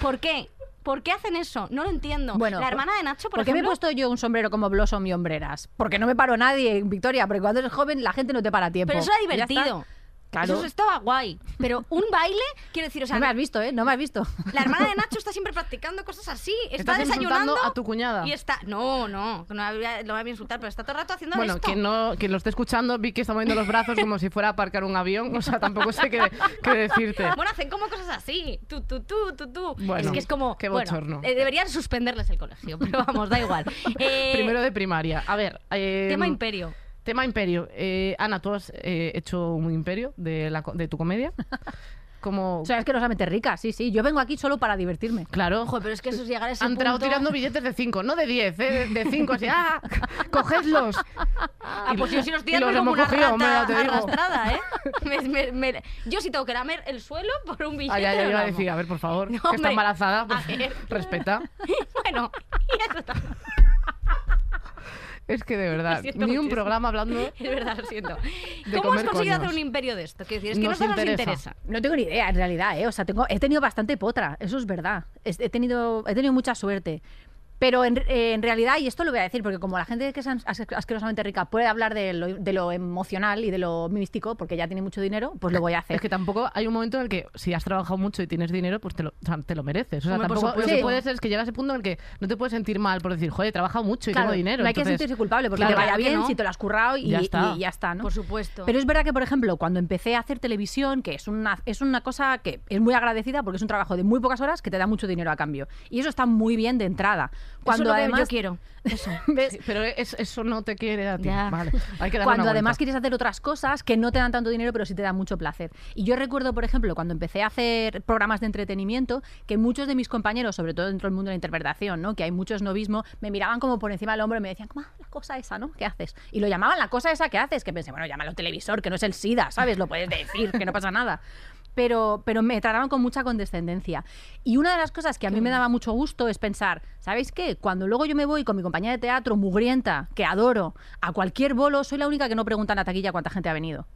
Speaker 2: ¿Por qué? ¿Por qué hacen eso? No lo entiendo.
Speaker 4: Bueno, pues,
Speaker 2: la hermana de Nacho, por,
Speaker 4: qué me he
Speaker 2: ejemplo,
Speaker 4: puesto yo un sombrero como Blossom y hombreras? Porque no me paró nadie, Victoria, porque cuando eres joven la gente no te para a tiempo.
Speaker 2: pero eso era
Speaker 4: Y ya está.
Speaker 2: divertido.
Speaker 4: Claro.
Speaker 2: Eso estaba guay. Pero un baile, quiero decir, o sea,
Speaker 4: no me has visto, ¿eh? No me has visto.
Speaker 2: la hermana de Nacho está siempre practicando cosas así. Está
Speaker 3: Estás
Speaker 2: desayunando
Speaker 3: insultando a tu cuñada.
Speaker 2: y está. No, no, no había- lo voy a insultar, pero está todo el rato haciendo
Speaker 3: Bueno,
Speaker 2: esto.
Speaker 3: quien, no, quien lo esté escuchando, vi que está moviendo los brazos como si fuera a aparcar un avión. O sea, tampoco sé qué, qué decirte.
Speaker 2: Bueno, hacen como cosas así. Tú, tú, tú, tú, tú.
Speaker 3: Bueno,
Speaker 2: es que es como.
Speaker 3: qué
Speaker 2: bueno,
Speaker 3: bochorno.
Speaker 2: eh, deberían suspenderles el colegio, pero vamos, da igual. Eh,
Speaker 3: Primero de primaria. A ver. eh,
Speaker 2: tema imperio.
Speaker 3: Tema imperio. Eh, Ana, tú has eh, hecho un imperio de, la co- de tu comedia. como...
Speaker 4: O sea, es que nos va a meter rica, sí, sí. Yo vengo aquí solo para divertirme.
Speaker 3: claro,
Speaker 2: Ojo, pero es que eso es llegar a ese
Speaker 3: han entrado
Speaker 2: punto-
Speaker 3: tirando billetes de 5, no de 10, ¿eh? de 5, así, ¡ah! ¡Cogedlos!
Speaker 2: Ah, pues yo si los
Speaker 3: y
Speaker 2: tiran
Speaker 3: los
Speaker 2: como
Speaker 3: hemos
Speaker 2: una
Speaker 3: cogido, hombre,
Speaker 2: rata
Speaker 3: ya te digo.
Speaker 2: arrastrada, ¿eh? Me- me- me- Yo si tengo que lamer el suelo por un billete.
Speaker 3: Ay, ay,
Speaker 2: lo
Speaker 3: ay, iba a
Speaker 2: lamo.
Speaker 3: decir, a ver, por favor,
Speaker 2: No,
Speaker 3: que está
Speaker 2: hombre.
Speaker 3: embarazada,
Speaker 2: A
Speaker 3: pues,
Speaker 2: ver.
Speaker 3: respeta.
Speaker 2: bueno, y eso está.
Speaker 3: Es que de verdad,
Speaker 2: siento
Speaker 3: ni un
Speaker 2: muchísimo.
Speaker 3: programa hablando...
Speaker 2: Es verdad, lo siento.
Speaker 3: De
Speaker 2: ¿Cómo has
Speaker 3: comer
Speaker 2: conseguido
Speaker 3: coños.
Speaker 2: hacer un imperio de esto? Quiero decir, es que
Speaker 3: Nos
Speaker 2: nosotros
Speaker 3: interesa.
Speaker 2: nos interesa.
Speaker 4: No tengo ni idea, en realidad, ¿eh? O sea, tengo, he tenido bastante potra, eso es verdad. Es- He tenido, he tenido mucha suerte. Pero en, eh, en realidad, y esto lo voy a decir, porque como la gente que es as- asquerosamente rica puede hablar de lo, de lo emocional y de lo místico, porque ya tiene mucho dinero, pues lo voy a hacer.
Speaker 3: Es que tampoco hay un momento en el que si has trabajado mucho y tienes dinero, pues te lo, o sea, te lo mereces. O sea,
Speaker 2: Hombre, por
Speaker 3: tampoco lo
Speaker 4: supuesto.
Speaker 3: que puede ser es que llega ese punto en el que no te puedes sentir mal por decir, joder, he trabajado mucho y
Speaker 4: Claro,
Speaker 3: tengo dinero.
Speaker 4: no hay que
Speaker 3: entonces-
Speaker 4: sentirse culpable, porque
Speaker 3: Claro.
Speaker 4: te vaya
Speaker 2: Claro que
Speaker 4: bien
Speaker 2: no.
Speaker 4: si te lo has currado y y
Speaker 3: Ya
Speaker 4: ya
Speaker 3: está.
Speaker 4: está, ¿no?
Speaker 2: Por supuesto.
Speaker 4: Pero es verdad que, por ejemplo, cuando empecé a hacer televisión, que es una, es una cosa que es muy agradecida porque es un trabajo de muy pocas horas que te da mucho dinero a cambio. Y eso está muy bien de entrada.
Speaker 2: eso
Speaker 4: Cuando
Speaker 2: es lo que
Speaker 4: además,
Speaker 2: yo quiero. Eso.
Speaker 4: ¿ves?
Speaker 3: Sí, pero es- eso no te quiere a ti.
Speaker 2: Ya.
Speaker 3: Vale, hay que darle
Speaker 4: Cuando
Speaker 3: una
Speaker 4: además
Speaker 3: vuelta.
Speaker 4: quieres hacer otras cosas que no te dan tanto dinero, pero sí te dan mucho placer. Y yo recuerdo, por ejemplo, cuando empecé a hacer programas de entretenimiento, que muchos de mis compañeros, sobre todo dentro del mundo de la interpretación, ¿no? que hay mucho esnovismo, me miraban como por encima del hombro y me decían, "Ah, la cosa esa, ¿no? ¿Qué haces? Y lo llamaban la cosa esa que haces, que pensé, bueno, llámalo televisor, que no es el SIDA, ¿sabes? Lo puedes decir, que no pasa nada. Pero, pero me trataban con mucha condescendencia. Y una de las cosas que a mí me daba mucho gusto es pensar, ¿sabéis qué? Cuando luego yo me voy con mi compañía de teatro mugrienta, que adoro, a cualquier bolo, soy la única que no pregunta en la taquilla cuánta gente ha venido.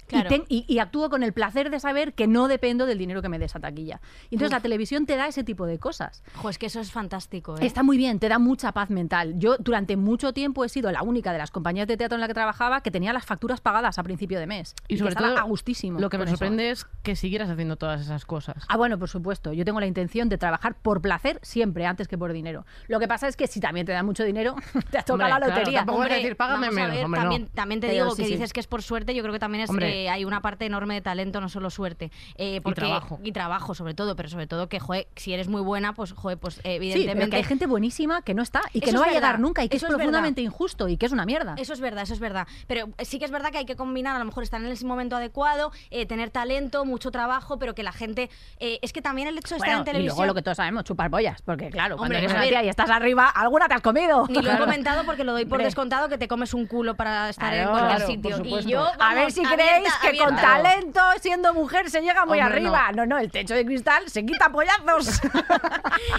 Speaker 4: Y
Speaker 2: Claro.
Speaker 4: ten- Y, y actúo con el placer de saber que no dependo del dinero que me dé esa taquilla. Y entonces la televisión te da ese tipo de cosas.
Speaker 2: Jo, es que eso es fantástico,
Speaker 3: Pues.
Speaker 2: ¿eh?
Speaker 4: Está muy bien, te da mucha paz mental. Yo durante mucho tiempo he sido la única de las compañías de teatro en la que trabajaba que tenía las facturas pagadas a principio de mes.
Speaker 3: Y
Speaker 4: que
Speaker 3: sobre
Speaker 4: estaba
Speaker 3: todo,
Speaker 4: a gustísimo.
Speaker 3: lo que me
Speaker 4: con eso.
Speaker 3: sorprende es que siguieras haciendo todas esas cosas.
Speaker 4: Ah, bueno, por supuesto. Yo tengo la intención de trabajar por placer siempre, antes que por dinero. Lo que pasa es que si también te da mucho dinero, te has tocado
Speaker 3: Hombre,
Speaker 4: la
Speaker 3: claro,
Speaker 4: lotería.
Speaker 3: tampoco- voy a
Speaker 2: Hombre,
Speaker 3: decir, págame
Speaker 2: vamos a
Speaker 3: menos,
Speaker 2: ver,
Speaker 3: hombre,
Speaker 2: también,
Speaker 3: no.
Speaker 2: también te
Speaker 4: Pero
Speaker 2: digo
Speaker 4: sí,
Speaker 2: que
Speaker 4: sí.
Speaker 2: dices que es por suerte, yo creo que también es,
Speaker 3: Hombre.
Speaker 2: eh, hay una parte enorme de talento, no solo suerte. Eh, porque,
Speaker 3: trabajo.
Speaker 2: Y trabajo, sobre todo, pero sobre todo que, joder, si eres muy buena, pues, joder, pues
Speaker 4: Sí,
Speaker 2: evidentemente...
Speaker 4: pero que hay gente buenísima que no está y que
Speaker 2: Eso
Speaker 4: no va
Speaker 2: es
Speaker 4: a llegar
Speaker 2: verdad,
Speaker 4: nunca y que
Speaker 2: eso
Speaker 4: es
Speaker 2: es verdad.
Speaker 4: profundamente injusto y que es una mierda.
Speaker 2: Eso es verdad, eso es verdad. Pero eh, sí que es verdad que hay que combinar, a lo mejor estar en el momento adecuado, eh, tener talento, mucho trabajo, pero que la gente... eh, es que también el hecho de estar
Speaker 4: Bueno,
Speaker 2: en
Speaker 4: y
Speaker 2: televisión...
Speaker 4: luego lo que todos sabemos, chupar bollas. Porque claro, cuando
Speaker 2: Hombre,
Speaker 4: eres
Speaker 2: a
Speaker 4: una
Speaker 2: ver.
Speaker 4: tía y estás arriba, alguna te has comido.
Speaker 2: Ni lo he
Speaker 4: Claro.
Speaker 2: comentado porque lo doy por
Speaker 4: Hombre.
Speaker 2: descontado que te comes un culo para estar en
Speaker 4: Claro,
Speaker 2: cualquier
Speaker 4: claro,
Speaker 2: sitio.
Speaker 3: por
Speaker 2: y
Speaker 3: supuesto.
Speaker 2: yo,
Speaker 4: a ver
Speaker 2: vamos,
Speaker 4: si
Speaker 2: abierta,
Speaker 4: creéis que con
Speaker 2: abierta.
Speaker 4: talento, siendo mujer, se llega muy
Speaker 3: Hombre,
Speaker 4: arriba. No. no, el techo de cristal se quita pollazos.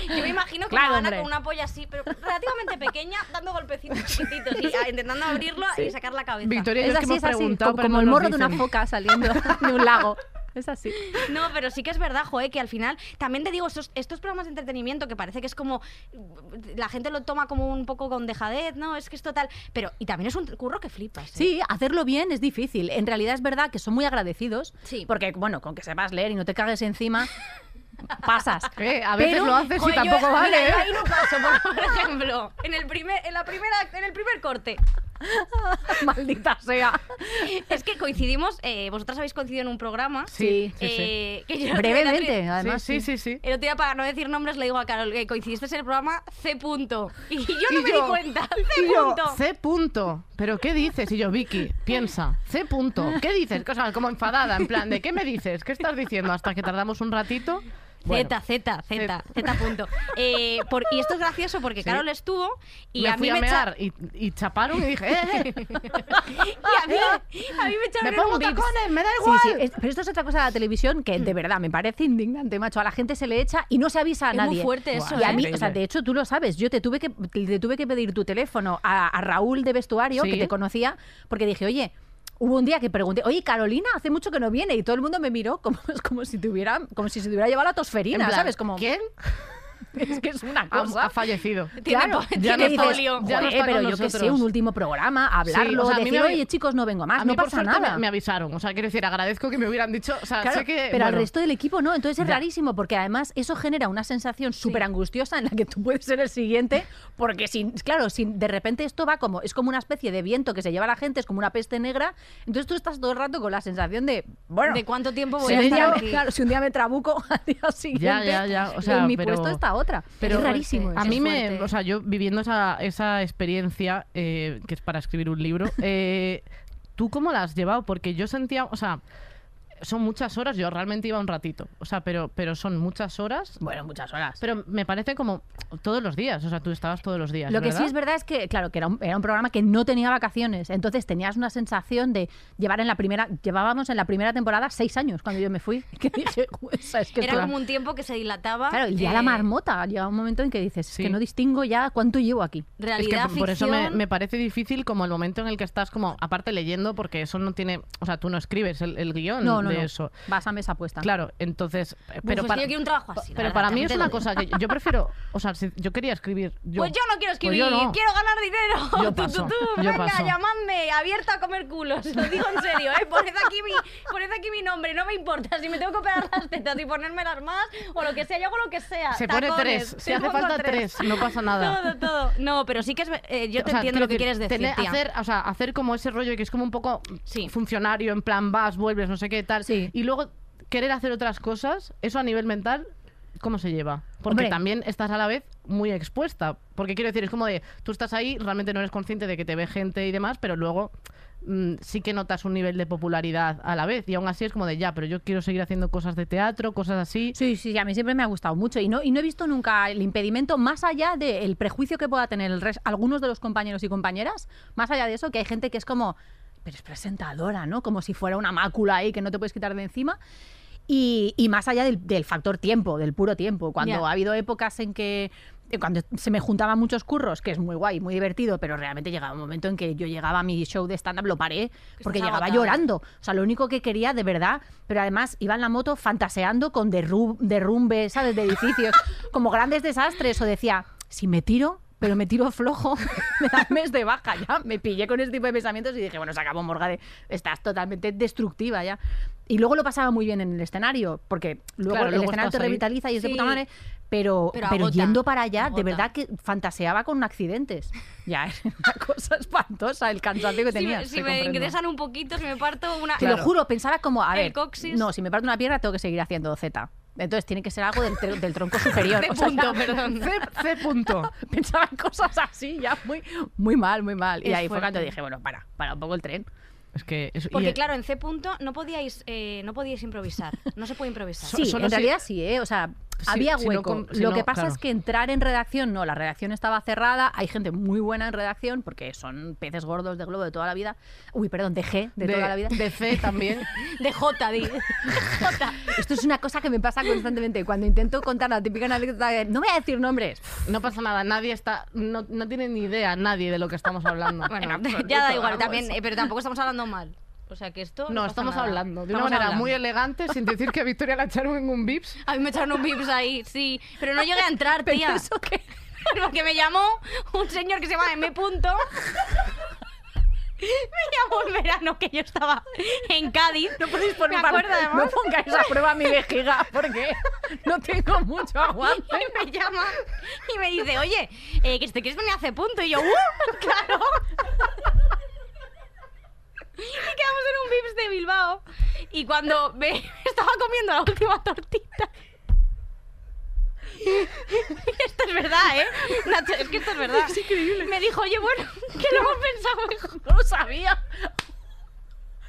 Speaker 2: Yo me imagino que
Speaker 4: Claro,
Speaker 2: me van a
Speaker 4: hombre.
Speaker 2: con una polla así, pero relativamente pequeña, dando golpecitos chiquititos y ah, intentando abrirlo y sacar la cabeza.
Speaker 3: Victoria, yo
Speaker 4: es
Speaker 3: es que
Speaker 4: así,
Speaker 3: hemos
Speaker 4: es así.
Speaker 3: preguntado,
Speaker 4: Como,
Speaker 3: pero
Speaker 4: como
Speaker 3: no
Speaker 4: el
Speaker 3: nos
Speaker 4: morro de una
Speaker 3: dicen.
Speaker 4: foca saliendo de un lago. Es así.
Speaker 2: No, pero sí que es verdad, Joe, que al final, también te digo, estos, estos programas de entretenimiento que parece que es como, la gente lo toma como un poco con dejadez, ¿no? Es que es total, pero, y también es un curro que flipas. ¿eh?
Speaker 4: Sí, hacerlo bien es difícil. En realidad es verdad que son muy agradecidos.
Speaker 2: Sí.
Speaker 4: Porque, bueno, con que sepas leer y no te cagues encima, pasas.
Speaker 3: Eh, a veces
Speaker 4: Pero-
Speaker 3: lo haces
Speaker 2: Joe,
Speaker 3: y
Speaker 2: yo-
Speaker 3: tampoco
Speaker 2: mira,
Speaker 3: vale.
Speaker 2: yo
Speaker 3: ¿eh?
Speaker 2: ahí no paso, por por ejemplo, en el primer, en la primera, en el primer corte.
Speaker 4: Maldita sea.
Speaker 2: Es que coincidimos, eh, vosotras habéis coincidido en un programa.
Speaker 4: Sí.
Speaker 3: sí, sí.
Speaker 2: eh, que yo el otro día la
Speaker 4: Brevemente,
Speaker 2: tri-
Speaker 4: además.
Speaker 3: sí, sí, sí, sí.
Speaker 2: El otro día, para no decir nombres, le digo a Carol que coincidiste en el programa C. Punto. Y yo no
Speaker 3: Y
Speaker 2: me
Speaker 3: yo-
Speaker 2: di cuenta. C.
Speaker 3: Y yo,
Speaker 2: punto.
Speaker 3: C punto. ¿Pero qué dices? Y yo, Vicky, piensa. C punto. ¿Qué dices? O sea, como enfadada, en plan, ¿de qué me dices? ¿Qué estás diciendo? Hasta que tardamos un ratito. Bueno,
Speaker 2: Z, Z, Z, Z punto. Eh, por- y esto es gracioso porque
Speaker 3: Sí.
Speaker 2: Carol estuvo y
Speaker 3: me
Speaker 2: a
Speaker 3: fui
Speaker 2: mí
Speaker 3: a
Speaker 2: me
Speaker 3: mear
Speaker 2: echa-
Speaker 3: y, y chaparon y dije, ¡eh! eh,
Speaker 2: y a mí, a mí me echaron
Speaker 3: ¡Me
Speaker 2: en
Speaker 3: pongo
Speaker 2: un bips.
Speaker 3: tacones! ¡Me da
Speaker 4: Sí,
Speaker 3: igual! Mm.
Speaker 4: sí, es- pero esto es otra cosa de la televisión que de verdad me parece indignante, macho. A la gente se le echa y no se avisa a
Speaker 2: Es muy
Speaker 4: nadie.
Speaker 2: fuerte eso,
Speaker 4: Y a
Speaker 2: ¿eh?
Speaker 4: mí, o sea,
Speaker 3: Increíble.
Speaker 4: de hecho tú lo sabes, yo te tuve que te tuve que pedir tu teléfono a, a Raúl de vestuario
Speaker 3: Sí.
Speaker 4: que te conocía porque dije, "Oye, Hubo un día que pregunté, oye Carolina, hace mucho que no viene y todo el mundo me miró como, como si tuviera, como si se tuviera llevado la tosferina,
Speaker 3: En plan, Ah,
Speaker 4: ¿sabes? Como
Speaker 3: ¿Quién?
Speaker 4: es que es una
Speaker 3: Ha,
Speaker 4: cosa.
Speaker 3: ha fallecido.
Speaker 2: Tiene
Speaker 4: Claro,
Speaker 2: po-
Speaker 3: ya
Speaker 2: tiene
Speaker 3: no está-
Speaker 2: polio.
Speaker 3: ya no
Speaker 4: "Joder,
Speaker 3: está con
Speaker 4: pero yo qué
Speaker 3: nosotros".
Speaker 4: sé, un último programa, hablarlo,
Speaker 3: o sea, a mí
Speaker 4: decir,
Speaker 3: me había-
Speaker 4: oye chicos, no vengo más,
Speaker 3: a
Speaker 4: no
Speaker 3: mí, por
Speaker 4: pasa
Speaker 3: suerte,
Speaker 4: nada.
Speaker 3: Me, me avisaron. O sea, quiero decir, agradezco que me hubieran dicho. O sea,
Speaker 4: Claro,
Speaker 3: Ah, sé que.
Speaker 4: pero al
Speaker 3: bueno,
Speaker 4: resto del equipo no, entonces es
Speaker 3: Ya.
Speaker 4: rarísimo porque además eso genera una sensación súper angustiosa en la que tú puedes ser el siguiente porque sin, claro, sin, de repente esto va como, es como una especie de viento que se lleva a la gente, es como una peste negra, entonces tú estás todo el rato con la sensación de, bueno,
Speaker 2: ¿De cuánto tiempo voy
Speaker 4: si,
Speaker 2: a
Speaker 4: un
Speaker 2: estar
Speaker 4: día,
Speaker 2: aquí?
Speaker 4: claro, si un día me trabuco al día siguiente,
Speaker 3: ya, ya, o sea,
Speaker 4: en mi
Speaker 3: pero-
Speaker 4: puesto está otra,
Speaker 3: pero este,
Speaker 4: es rarísimo.
Speaker 2: fuerte.
Speaker 4: eso.
Speaker 3: A mí me,
Speaker 2: fuerte.
Speaker 3: o sea, yo viviendo esa, esa experiencia, eh, que es para escribir un libro, eh, ¿tú cómo la has llevado? Porque yo sentía, o sea, son muchas horas, yo realmente iba un ratito, o sea, pero, pero son muchas horas,
Speaker 4: Bueno, muchas horas.
Speaker 3: pero me parece como todos los días, o sea, tú estabas todos los días.
Speaker 4: Lo que
Speaker 3: ¿verdad?
Speaker 4: sí es verdad es que, claro, que era un, era un programa que no tenía vacaciones. Entonces tenías una sensación de llevar en la primera, llevábamos en la primera temporada seis años cuando yo me fui. Que dije, "Joder, es que
Speaker 2: Era
Speaker 4: esto-
Speaker 2: como un tiempo que se dilataba.
Speaker 4: Claro, el día de
Speaker 2: eh,
Speaker 4: la marmota. Llega un momento en que dices, es
Speaker 3: Sí.
Speaker 4: que no distingo ya cuánto llevo aquí.
Speaker 3: Es que
Speaker 2: Realidad,
Speaker 3: por- por eso
Speaker 2: ficción.
Speaker 3: me, me parece difícil como el momento en el que estás como, aparte leyendo, porque eso no tiene, o sea, tú no escribes el, el guión
Speaker 4: No, no,
Speaker 3: Mm, de
Speaker 4: no.
Speaker 3: eso.
Speaker 4: Vas a mesa puesta.
Speaker 3: Claro, entonces, eh,
Speaker 2: Uf, es
Speaker 3: pero
Speaker 2: Pues que
Speaker 3: para,
Speaker 2: yo quiero un trabajo así. la
Speaker 3: pero
Speaker 2: verdad,
Speaker 3: para mí
Speaker 2: también
Speaker 3: es
Speaker 2: te
Speaker 3: una
Speaker 2: lo digo.
Speaker 3: cosa que yo, yo prefiero, o sea, si yo quería escribir. Yo,
Speaker 2: Pues yo no quiero escribir,
Speaker 3: yo no.
Speaker 2: quiero ganar dinero.
Speaker 3: Yo
Speaker 2: Tú, tú,
Speaker 3: paso,
Speaker 2: tú,
Speaker 3: yo
Speaker 2: venga,
Speaker 3: paso.
Speaker 2: llamadme, abierta a comer culos. Lo digo en serio, ¿eh? Poned aquí, mi, poned aquí mi nombre, no me importa si me tengo que operar las tetas y ponérmelas más o lo que sea, yo hago lo que sea.
Speaker 3: Se pone
Speaker 2: Tacones,
Speaker 3: tres,
Speaker 2: te
Speaker 3: si hace
Speaker 2: pongo
Speaker 3: falta tres, no pasa nada.
Speaker 2: Todo, todo. No, pero sí que es. ve- eh, yo te
Speaker 3: O sea,
Speaker 2: entiendo lo que
Speaker 3: quiero
Speaker 2: quieres
Speaker 3: decir,
Speaker 2: decir,
Speaker 3: tener-
Speaker 2: tía.
Speaker 3: hacer, o sea, hacer como ese rollo que es como un poco
Speaker 2: Sí.
Speaker 3: funcionario, en plan vas, vuelves, no sé qué tal.
Speaker 4: Sí.
Speaker 3: Y luego querer hacer otras cosas, eso a nivel mental, ¿cómo se lleva? Porque
Speaker 4: Hombre.
Speaker 3: también estás a la vez muy expuesta. Porque quiero decir, es como de, tú estás ahí, realmente no eres consciente de que te ve gente y demás, pero luego mm, sí que notas un nivel de popularidad a la vez. Y aún así es como de, ya, pero yo quiero seguir haciendo cosas de teatro, cosas así.
Speaker 4: Sí, sí, a mí siempre me ha gustado mucho y no, y no he visto nunca el impedimento más allá del prejuicio que pueda tener el res- algunos de los compañeros y compañeras, más allá de eso, que hay gente que es como, pero es presentadora, ¿no? Como si fuera una mácula ahí que no te puedes quitar de encima. Y, y más allá del, del factor tiempo, del puro tiempo, cuando
Speaker 2: Ya.
Speaker 4: ha habido épocas en que eh, cuando se me juntaban muchos curros, que es muy guay, muy divertido, pero realmente llegaba un momento en que yo llegaba a mi show de stand-up, lo paré, porque
Speaker 2: Estás
Speaker 4: llegaba
Speaker 2: agotada.
Speaker 4: llorando llorando. O sea, lo único que quería de verdad, pero además iba en la moto fantaseando con derru- derrumbes, ¿sabes? De edificios, como grandes desastres. O decía, si me tiro, pero me tiro flojo, me da un mes de baja ya. Me pillé con ese tipo de pensamientos y dije, bueno, se acabó Morgade, estás totalmente destructiva ya. Y luego lo pasaba muy bien en el escenario, porque luego
Speaker 3: Claro,
Speaker 4: el
Speaker 3: luego
Speaker 4: escenario te
Speaker 3: estás ahí.
Speaker 4: revitaliza y es de
Speaker 2: Sí.
Speaker 4: puta madre, pero,
Speaker 2: Pero
Speaker 4: pero,
Speaker 2: agota,
Speaker 4: yendo para allá,
Speaker 2: agota.
Speaker 4: de verdad que fantaseaba con accidentes. Ya, es una cosa espantosa el cansancio que
Speaker 2: Si
Speaker 4: tenía.
Speaker 2: me, si me ingresan un poquito, si me parto una.
Speaker 4: Te lo juro, pensaba como, a
Speaker 2: El
Speaker 4: ver,
Speaker 2: coxis.
Speaker 4: no, si me parto una pierna tengo que seguir haciendo Z. Entonces tiene que ser algo del, tr- del tronco superior.
Speaker 2: De
Speaker 4: O sea,
Speaker 2: punto,
Speaker 4: ya-
Speaker 2: perdón.
Speaker 3: C, C punto.
Speaker 4: Pensaba en cosas así, ya muy, muy mal, muy mal. Y
Speaker 2: Es
Speaker 4: ahí fue cuando
Speaker 2: fuerte.
Speaker 4: dije, bueno, para, para un poco el tren.
Speaker 3: Es que... es- y-
Speaker 2: Porque claro, en C punto no podías, eh, no podíais improvisar. No se puede improvisar.
Speaker 4: Sí,
Speaker 3: solo
Speaker 4: en
Speaker 3: si-
Speaker 4: realidad sí, ¿eh? O sea,
Speaker 3: Sí,
Speaker 4: había
Speaker 3: si no
Speaker 4: hueco.
Speaker 3: com- si
Speaker 4: Lo
Speaker 3: no,
Speaker 4: que pasa
Speaker 3: claro.
Speaker 4: es que entrar en redacción, no, la redacción estaba cerrada. Hay gente muy buena en redacción porque son peces gordos de globo de toda la vida. Uy, perdón, de G, de, toda la vida.
Speaker 3: De C también.
Speaker 2: De J, di. J.
Speaker 4: Esto es una cosa que me pasa constantemente. Cuando intento contar la típica anécdota de, no voy a decir nombres.
Speaker 3: No pasa nada, nadie está, no, no tiene ni idea nadie de lo que estamos
Speaker 2: Bueno,
Speaker 3: hablando.
Speaker 2: pues,
Speaker 3: En absoluto,
Speaker 2: ya da igual,
Speaker 3: vamos.
Speaker 2: también, eh, pero tampoco estamos hablando mal. O sea que esto.
Speaker 3: No,
Speaker 2: pasa
Speaker 3: estamos
Speaker 2: nada.
Speaker 3: hablando de una
Speaker 2: Estamos
Speaker 3: manera
Speaker 2: hablando.
Speaker 3: muy elegante, sin decir que a Victoria la echaron en un VIPS.
Speaker 2: A mí me echaron un vips ahí, sí. Pero no llegué a entrar,
Speaker 4: Pero
Speaker 2: tía.
Speaker 4: eso que...
Speaker 2: Porque me llamó un señor que se llama M. Punto. Me llamó en verano que yo estaba en Cádiz. No podéis
Speaker 4: Por
Speaker 2: me
Speaker 4: mi parte,
Speaker 2: acuerdo, además.
Speaker 4: no pongáis a prueba mi vejiga porque no tengo mucho aguante.
Speaker 2: Y me llama y me dice, oye, eh, que si te quieres venir a hacer punto. Y yo, ¡uh! ¡Claro! Y quedamos en un Vips de Bilbao. Y cuando me estaba comiendo la última tortita. Esto es verdad, ¿eh? Nacho, es que esto es verdad. Es increíble. Me dijo, oye, bueno, que lo hemos pensado mejor.
Speaker 4: No lo sabía.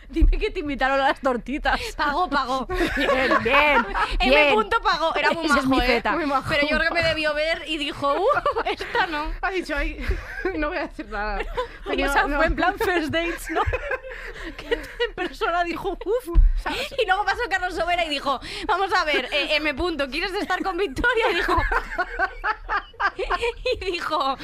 Speaker 4: Dime que te invitaron a las tortitas.
Speaker 2: Pagó, pagó.
Speaker 4: Bien, bien.
Speaker 2: El
Speaker 4: bien.
Speaker 2: me punto pagó. Era muy
Speaker 4: Ese es
Speaker 2: majo,
Speaker 4: mi
Speaker 2: ¿eh?
Speaker 4: zeta.
Speaker 3: Muy majo.
Speaker 2: Pero yo creo que me debió ver y dijo, ¡uh! Esta no.
Speaker 3: Ha dicho ahí, no voy a decir nada.
Speaker 4: Y
Speaker 3: Tenía-
Speaker 4: esa
Speaker 3: no.
Speaker 4: fue en plan first dates, ¿no? Que en persona dijo, uff.
Speaker 2: Y luego pasó Carlos Sobera y dijo, vamos a ver, eh, M. Punto, ¿quieres estar con Victoria? Y dijo... Y dijo...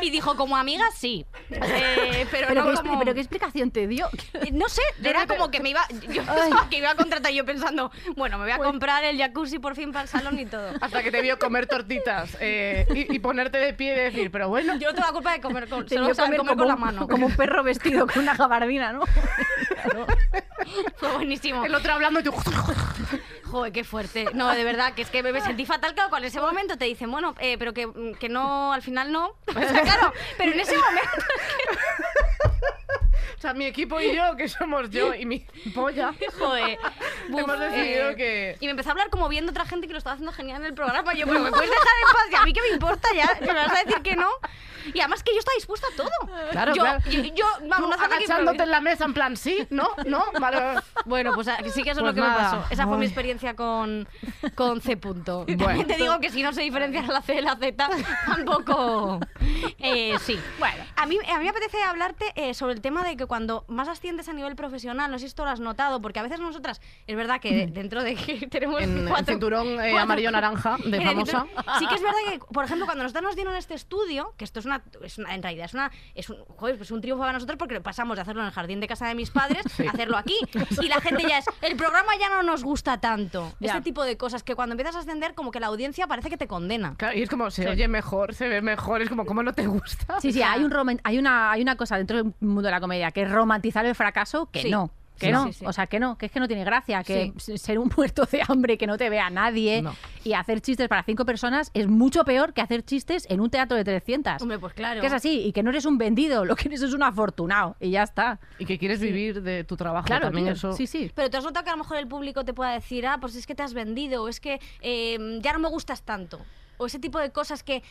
Speaker 2: Y dijo, como amiga, sí. Eh, pero,
Speaker 4: Pero,
Speaker 2: no
Speaker 4: qué expli-
Speaker 2: como...
Speaker 4: pero qué explicación te dio.
Speaker 2: Eh, No sé, era como que me iba... Yo pensaba que iba a contratar yo pensando, bueno, me voy a
Speaker 4: Pues
Speaker 2: comprar el jacuzzi por fin para el salón y todo.
Speaker 3: Hasta que te vio comer tortitas eh, y, y ponerte de pie y decir, pero bueno,
Speaker 2: Yo no tengo la culpa de comer con,
Speaker 4: Te
Speaker 2: solo
Speaker 4: dio
Speaker 2: saber
Speaker 4: comer
Speaker 2: comer con
Speaker 4: como
Speaker 2: la
Speaker 4: un-
Speaker 2: mano.
Speaker 4: Como un perro vestido con una gabardina, ¿no?
Speaker 2: Fue buenísimo.
Speaker 3: el otro hablando y tú...
Speaker 2: Joder, qué fuerte. No, de verdad, que es que me sentí fatal, claro, cuando en ese momento te dicen, bueno, eh, pero que, que no, al final no. O sea, claro, pero en ese momento... es que-
Speaker 3: sea, mi equipo y yo, que somos yo y mi polla,
Speaker 2: Joder. Buf,
Speaker 3: hemos decidido
Speaker 2: eh,
Speaker 3: que...
Speaker 2: Y me empecé a hablar como viendo otra gente que lo estaba haciendo genial en el programa. Y yo, pero me puedes dejar en paz. Y a mí que me importa ya. ¿Me vas a decir que no? Y además que yo estaba dispuesta a todo.
Speaker 3: Claro,
Speaker 2: yo,
Speaker 3: claro.
Speaker 2: Yo, yo, vamos, no
Speaker 3: Tú
Speaker 2: hace falta que
Speaker 3: agachándote en la mesa en plan, sí, no, no, vale, vale.
Speaker 2: Bueno, pues ah, sí que eso
Speaker 3: Pues
Speaker 2: es lo que
Speaker 3: nada.
Speaker 2: me pasó. Esa fue mi
Speaker 3: Ay.
Speaker 2: experiencia con, con C. Punto. Y
Speaker 3: Bueno.
Speaker 2: También te digo que si no se diferencia la C de la Z, tampoco. Eh, sí.
Speaker 4: Bueno.
Speaker 2: A mí, a mí me apetece hablarte eh, sobre el tema de que cuando más asciendes a nivel profesional, no sé si esto lo has notado, porque a veces nosotras, es verdad que dentro de que tenemos
Speaker 3: Mm. En el
Speaker 2: cuatro-
Speaker 3: cinturón, eh,
Speaker 2: cuatro-
Speaker 3: amarillo-naranja de
Speaker 2: en el
Speaker 3: famosa.
Speaker 2: cinturón. Sí que es verdad que, por ejemplo, cuando nosotras nos dieron este estudio, que esto es una, es una- en realidad es una, es un, joder, pues un triunfo para nosotros porque pasamos de hacerlo en el jardín de casa de mis padres a hacerlo aquí. Y la gente ya es, el programa ya no nos gusta tanto.
Speaker 4: Ya.
Speaker 2: Este tipo de cosas que cuando empiezas a ascender, como que la audiencia parece que te condena.
Speaker 3: Claro, y es como, se oye mejor, se ve mejor, es como, ¿cómo no te gusta?
Speaker 4: Sí, sí, hay, un roman- hay, una, hay una cosa dentro del mundo de la comedia, que es romantizar el fracaso, que
Speaker 2: Sí.
Speaker 4: no. Que
Speaker 2: Sí,
Speaker 4: no,
Speaker 2: sí, sí.
Speaker 4: o sea, que no, que es que no tiene gracia, que s- ser un muerto de hambre que no te vea nadie
Speaker 3: No.
Speaker 4: y hacer chistes para cinco personas es mucho peor que hacer chistes en un teatro de 300.
Speaker 2: Hombre, pues claro.
Speaker 4: Que es así, y que no eres un vendido, lo que eres es un afortunado, y ya está.
Speaker 3: Y que quieres vivir de tu trabajo
Speaker 4: Claro,
Speaker 3: también
Speaker 4: tío.
Speaker 3: eso.
Speaker 4: Sí, sí.
Speaker 2: Pero te has notado que a lo mejor el público te pueda decir, ah, pues es que te has vendido, o es que eh, ya no me gustas tanto. O ese tipo de cosas que.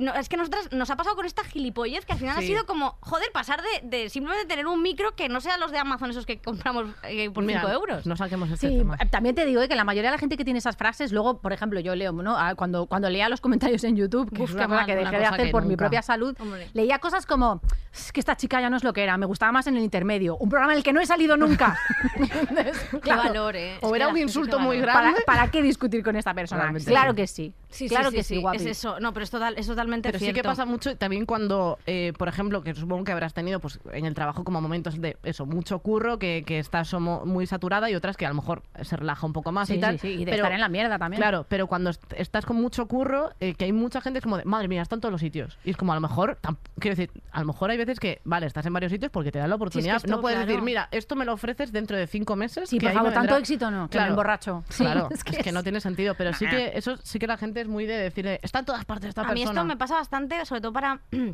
Speaker 2: no, es que nosotras nos ha pasado con esta gilipollez que al final
Speaker 3: Sí.
Speaker 2: ha sido como, joder, pasar de, de simplemente tener un micro que no sea los de Amazon esos que compramos eh, por
Speaker 3: Mira,
Speaker 2: 5 euros.
Speaker 3: No saquemos este
Speaker 4: Sí,
Speaker 3: tema.
Speaker 4: eh, también te digo eh, que la mayoría de la gente que tiene esas frases, luego, por ejemplo, yo leo, ¿no? Ah, cuando, cuando leía los comentarios en YouTube, que
Speaker 3: Uf, qué
Speaker 4: es una cosa
Speaker 3: mal,
Speaker 4: que
Speaker 3: una
Speaker 4: dejé de
Speaker 3: cosa
Speaker 4: hacer
Speaker 3: que
Speaker 4: por mi
Speaker 3: nunca.
Speaker 4: propia salud,
Speaker 2: Hombre.
Speaker 4: leía cosas como, es que esta chica ya no es lo que era, me gustaba más en el intermedio, un programa en el que no he salido nunca. ¿Entiendes? Claro.
Speaker 2: valor, eh. Es
Speaker 3: O
Speaker 2: que
Speaker 3: era
Speaker 2: la
Speaker 3: un
Speaker 2: gente,
Speaker 3: insulto
Speaker 2: qué
Speaker 3: muy
Speaker 2: valor.
Speaker 4: ¿Para,
Speaker 3: grande.
Speaker 4: ¿Para qué discutir con esta persona?
Speaker 3: Realmente
Speaker 4: claro
Speaker 3: sí.
Speaker 4: que sí.
Speaker 2: Sí, sí,
Speaker 4: claro
Speaker 2: sí,
Speaker 4: que
Speaker 2: sí,
Speaker 4: sí, guapi.
Speaker 2: Es eso. No, pero es, total, es totalmente
Speaker 3: Pero
Speaker 2: cierto.
Speaker 3: sí que pasa mucho también cuando, eh, por ejemplo, que supongo que habrás tenido pues en el trabajo como momentos de eso, mucho curro, que, que estás somo- muy saturada y otras que a lo mejor se relaja un poco más
Speaker 4: Sí,
Speaker 3: y tal.
Speaker 4: sí, sí, y de
Speaker 3: pero-
Speaker 4: estar en la mierda también.
Speaker 3: Claro, pero cuando est- estás con mucho curro, eh, que hay mucha gente es como de, madre mía, están en todos los sitios. Y es como a lo mejor, tam- quiero decir, a lo mejor hay veces que, vale, estás en varios sitios porque te dan la oportunidad.
Speaker 2: esto,
Speaker 3: no puedes
Speaker 2: claro.
Speaker 3: decir, mira, esto me lo ofreces dentro de cinco meses.
Speaker 4: Sí,
Speaker 3: que
Speaker 4: por
Speaker 3: ahí
Speaker 4: favor,
Speaker 3: me
Speaker 4: tanto
Speaker 3: vendrá".
Speaker 4: éxito no, que me
Speaker 3: Claro.
Speaker 4: emborracho. Sí,
Speaker 3: Claro, es que,
Speaker 4: es-
Speaker 3: no tiene sentido, pero sí
Speaker 4: Nah.
Speaker 3: que eso sí que la gente es muy de decirle, está en todas partes esta
Speaker 2: a mí
Speaker 3: persona.
Speaker 2: esto me pasa bastante, sobre todo para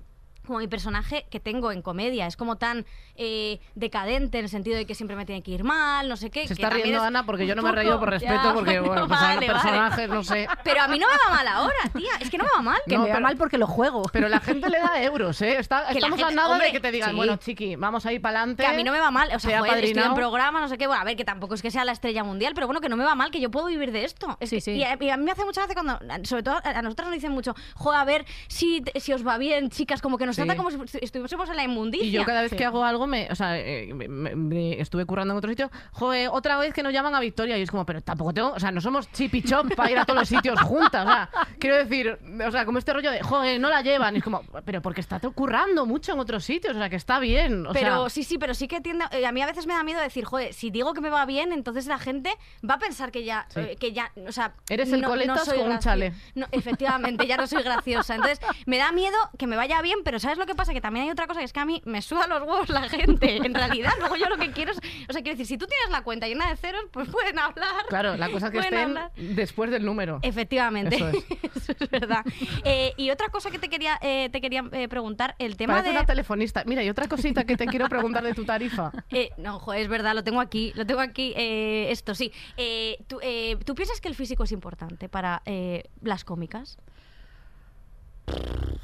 Speaker 2: como mi personaje que tengo en comedia. Es como tan eh, decadente en el sentido de que siempre me tiene que ir mal, no sé qué.
Speaker 3: Se
Speaker 2: que
Speaker 3: está
Speaker 2: también
Speaker 3: riendo
Speaker 2: es
Speaker 3: Ana porque yo no
Speaker 2: un
Speaker 3: me he reído
Speaker 2: poco-
Speaker 3: por
Speaker 2: ya,
Speaker 3: respeto, porque bueno, pues
Speaker 2: vale,
Speaker 3: ahora
Speaker 2: vale.
Speaker 3: personajes, no sé.
Speaker 2: Pero a mí no me va mal ahora, tía. Es que no me va mal.
Speaker 4: Que
Speaker 3: No,
Speaker 4: me va
Speaker 3: pero-
Speaker 4: mal porque lo juego.
Speaker 3: Pero la gente le da euros, ¿eh? Está-
Speaker 2: Que la
Speaker 3: estamos a
Speaker 2: gente-
Speaker 3: nada de
Speaker 2: hombre,
Speaker 3: que te digan,
Speaker 2: sí.
Speaker 3: bueno, chiqui, vamos ahí para adelante.
Speaker 2: Que a mí no me va mal, o
Speaker 3: Te
Speaker 2: sea,
Speaker 3: ha
Speaker 2: joder, estoy en
Speaker 3: apadrinado.
Speaker 2: programa, no sé qué, bueno, a ver, que tampoco es que sea la estrella mundial, pero bueno, que no me va mal, que yo puedo vivir de esto. Es
Speaker 4: Sí,
Speaker 2: que-
Speaker 4: sí.
Speaker 2: Y, a, y a mí me hace mucha gracia cuando, sobre todo a a nosotras nos dicen mucho, joder, a ver si, te- si os va bien, chicas, como que nos
Speaker 3: Sí.
Speaker 2: trata como si estu- estuviésemos en la inmundicia.
Speaker 3: Y yo cada vez que hago algo, me, o sea, eh, me- me- me- estuve currando en otro sitio, joder, otra vez que nos llaman a Victoria. Y es como, pero tampoco tengo, o sea, no somos chip y chop para ir a todos los sitios juntas. O sea, quiero decir, o sea, como este rollo de, joder, no la llevan. Y es como, pero porque está to- currando mucho en otros sitios, o sea, que está bien. O
Speaker 2: pero
Speaker 3: sea,
Speaker 2: sí, sí, pero sí que tiende. eh, a mí a veces me da miedo decir, joder, si digo que me va bien, entonces la gente va a pensar que ya.
Speaker 3: Sí.
Speaker 2: eh, que ya o sea,
Speaker 3: Eres el coletas
Speaker 2: soy
Speaker 3: con un
Speaker 2: gracio-
Speaker 3: chale.
Speaker 2: no, efectivamente, ya no soy graciosa. Entonces me da miedo que me vaya bien, pero ¿sabes lo que pasa? Que también hay otra cosa que es que a mí me suda los huevos la gente. En realidad, luego yo lo que quiero es. O sea, quiero decir, si tú tienes la cuenta llena de ceros, pues pueden hablar.
Speaker 3: claro, la cosa es que
Speaker 2: pueden
Speaker 3: estén
Speaker 2: hablar.
Speaker 3: después del número.
Speaker 2: Efectivamente,
Speaker 3: Eso es.
Speaker 2: Eso es verdad. Eh, y otra cosa que te quería, eh, te quería eh, preguntar, el tema
Speaker 3: Parece
Speaker 2: de...
Speaker 3: una telefonista. Mira, y otra cosita que te quiero preguntar de tu tarifa.
Speaker 2: Eh, no, joder, es verdad, lo tengo aquí, lo tengo aquí, eh, esto sí. Eh, ¿tú, eh, ¿tú piensas que el físico es importante para eh, las cómicas?